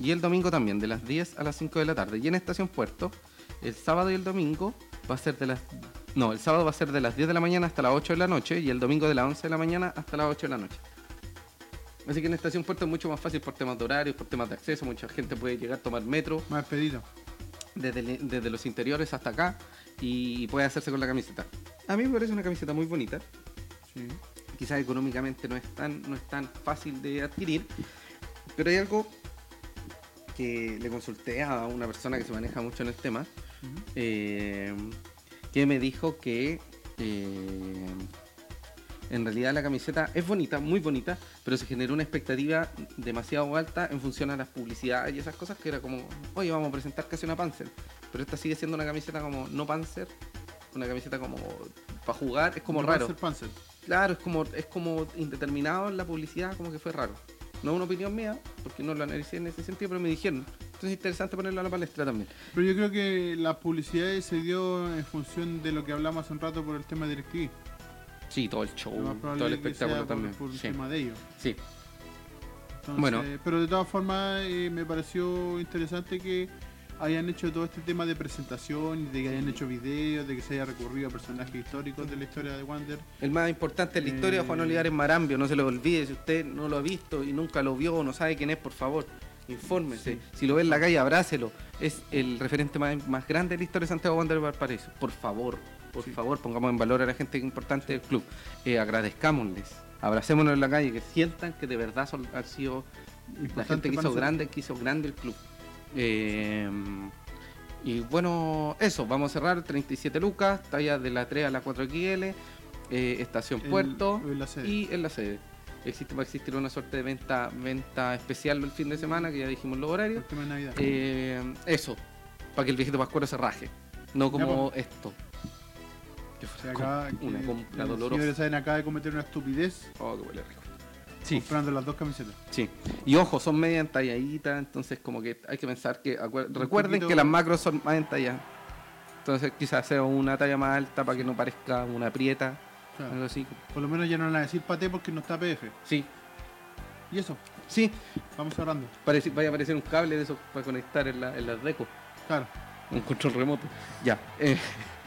S1: y el domingo también, de las 10 a las 5 de la tarde. Y en Estación Puerto, el sábado y el domingo va a ser de las... No, el sábado va a ser de las 10 de la mañana hasta las 8 de la noche y el domingo de las 11 de la mañana hasta las 8 de la noche. Así que en Estación Puerto es mucho más fácil por temas de horarios, por temas de acceso. Mucha gente puede llegar a tomar metro
S2: Más pedido.
S1: desde, el- desde los interiores hasta acá y puede hacerse con la camiseta. A mí me parece una camiseta muy bonita.
S2: Sí.
S1: Quizás económicamente no es tan, no es tan fácil de adquirir, pero hay algo que le consulté a una persona que se maneja mucho en el tema,
S2: Ujú.
S1: eh, que me dijo que eh, en realidad la camiseta es bonita, muy bonita, pero se generó una expectativa demasiado alta en función a las publicidades y esas cosas que era como, oye, vamos a presentar casi una Panzer, pero esta sigue siendo una camiseta como no Panzer, una camiseta como para jugar, es como
S2: No va a
S1: raro.
S2: ser Panzer.
S1: Claro, es como, es como indeterminado en la publicidad, como que fue raro. No es una opinión mía, porque no lo analicé en ese sentido, pero me dijeron. Entonces es interesante ponerlo a la palestra también.
S2: Pero yo creo que la publicidad se dio en función de lo que hablamos hace un rato por el tema de DirecTV.
S1: Sí, todo el show,
S2: Lo más probable
S1: Uh, todo el
S2: es que
S1: espectáculo
S2: sea por-
S1: también.
S2: Por, el
S1: sí.
S2: tema de ellos.
S1: sí.
S2: Entonces,
S1: Bueno.
S2: Pero de todas formas, eh, me pareció interesante que hayan hecho todo este tema de presentación, de que hayan hecho videos, de que se haya recurrido a personajes históricos de la historia de Wander.
S1: El más importante de la historia,
S2: Eh,
S1: Juan Olivares Marambio, no se lo olvide. Si usted no lo ha visto y nunca lo vio o no sabe quién es, por favor, infórmese. Si lo ve en la calle, abrácelo. Es el referente más, más grande de la historia de Santiago Wander Valparaíso. Por favor, por favor, pongamos en valor a la gente importante del club. Eh, agradezcámosles, abracémonos en la calle, que sientan que de verdad son, han sido la gente
S2: Importante
S1: que
S2: para
S1: hizo
S2: nosotros.
S1: grande, que hizo grande el club. Eh, y bueno, eso, vamos a cerrar 37 lucas, talla de la 3 a la 4 XL, eh, estación
S2: El-
S1: puerto
S2: en la sede.
S1: y en la sede. Existe, va a existir una suerte de venta, venta especial el fin de semana, que ya dijimos los horarios.
S2: El tema de Navidad.
S1: Eh, eso, para que el viejito Pascuero se raje, no como esto. Que
S2: O sea,
S1: fuera
S2: acá, eh,
S1: com- una
S2: que
S1: compra
S2: el
S1: dolorosa.
S2: señor Sainz acaba de cometer una estupidez
S1: Oh, que huele rico. Sí.
S2: comprando las dos camisetas.
S1: Sí. Y ojo, son media entalladitas, entonces como que hay que pensar que... acuer- Recuerden
S2: poquito-
S1: que las macros son más entalladas. Entonces quizás sea una talla más alta para que no parezca una prieta,
S2: O sea,
S1: algo así.
S2: por lo menos ya no van a decir paté porque no está PF.
S1: Sí,
S2: Y eso,
S1: sí,
S2: vamos ahorrando.
S1: parece, vaya a aparecer un cable de esos para conectar en, la, en las decos.
S2: Claro.
S1: Un control remoto. Ya. eh,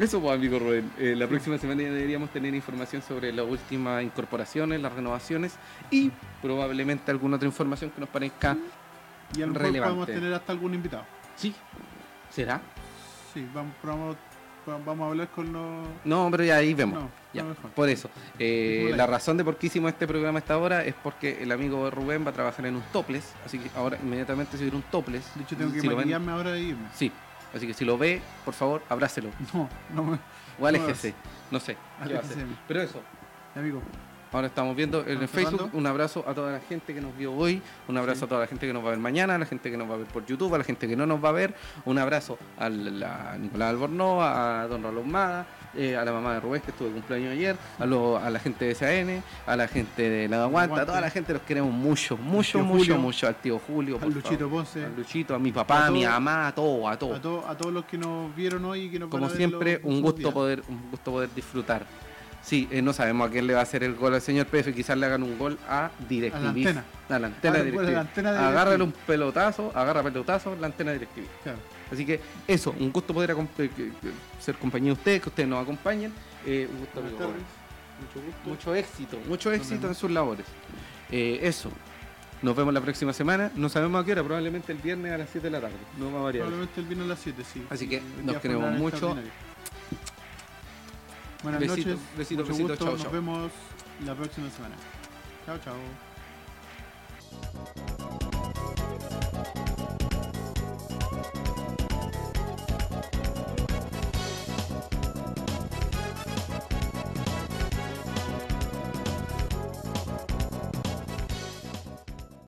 S1: eso, pues, amigo Rubén. Eh, la próxima semana ya deberíamos tener información sobre las últimas incorporaciones, las renovaciones y probablemente alguna otra información que nos
S2: Mm.
S1: parezca.
S2: Y a lo mejor
S1: Relevante.
S2: podemos tener hasta algún invitado.
S1: Sí. ¿Será?
S2: Sí, vamos, vamos, vamos a hablar con los.
S1: No, pero ya ahí vemos.
S2: No,
S1: Ya,
S2: no mejor.
S1: por eso. Eh,
S2: Ninguna
S1: la
S2: idea.
S1: razón de por qué hicimos este programa hasta ahora es porque el amigo Rubén va a trabajar en un topless. Así que ahora inmediatamente se viene un topless.
S2: De hecho, tengo que
S1: Si lo ven-
S2: maquillarme ahora e irme.
S1: Sí. Así que si lo ve, por favor, abrácelo.
S2: No, no me.
S1: O aléjese. No sé. ¿qué va a hacer?
S2: Aléjese de mí.
S1: Pero eso.
S2: Amigo,
S1: Ahora estamos viendo en el
S2: Estamos
S1: Facebook.
S2: cerrando.
S1: Un abrazo a toda la gente que nos vio hoy. Un abrazo
S2: Ah, Sí.
S1: a toda la gente que nos va a ver mañana. A la gente que nos va a ver por YouTube. A la gente que no nos va a ver. Un abrazo a la- a Nicolás Albornoa, a Don Rolón Mada, eh, a la mamá de Rubén que estuvo de cumpleaños ayer. A, lo- a la gente de SAN. A la gente de La Aguanta. A toda la gente los queremos mucho, mucho,
S2: tío
S1: mucho,
S2: Julio.
S1: mucho. Al tío Julio.
S2: al
S1: por
S2: Luchito
S1: favor.
S2: Ponce,
S1: Al Luchito, a mi papá, a,
S2: A
S1: mi
S2: todo-
S1: mamá, a todo, a todo.
S2: a, to- a todos los que nos vieron hoy y que nos van
S1: Como
S2: a ver
S1: siempre,
S2: los-
S1: un
S2: los
S1: gusto
S2: días.
S1: poder, un gusto poder disfrutar. Sí, eh, no sabemos a quién le va a hacer el gol al señor PF, quizás le hagan un gol a DirecTV.
S2: A la antena.
S1: A la antena
S2: Ah,
S1: de
S2: recuerda,
S1: DirecTV.
S2: la antena de
S1: Agárrale un
S2: DirecTV.
S1: pelotazo, agarra pelotazo la antena de DirecTV.
S2: Claro.
S1: Así que eso, un gusto poder acom- eh, que- que- ser compañía de ustedes, que ustedes nos acompañen. Eh, un gusto,
S2: Buenas
S1: amigo.
S2: tardes. Mucho gusto.
S1: Mucho éxito, mucho éxito en
S2: vemos.
S1: sus labores. Eh, eso. Nos vemos la próxima semana. No sabemos a qué hora, probablemente el viernes a las 7 de la tarde. No va a variar.
S2: Probablemente él vino a las 7, sí.
S1: Así que
S2: Hoy
S1: nos
S2: día fue
S1: queremos
S2: una
S1: mucho.
S2: extraordinaria. Buenas
S1: Besito,
S2: noches.
S1: besito,
S2: mucho
S1: besito,
S2: gusto.
S1: chao,
S2: nos
S1: chao.
S2: vemos la próxima semana. Chao, chao.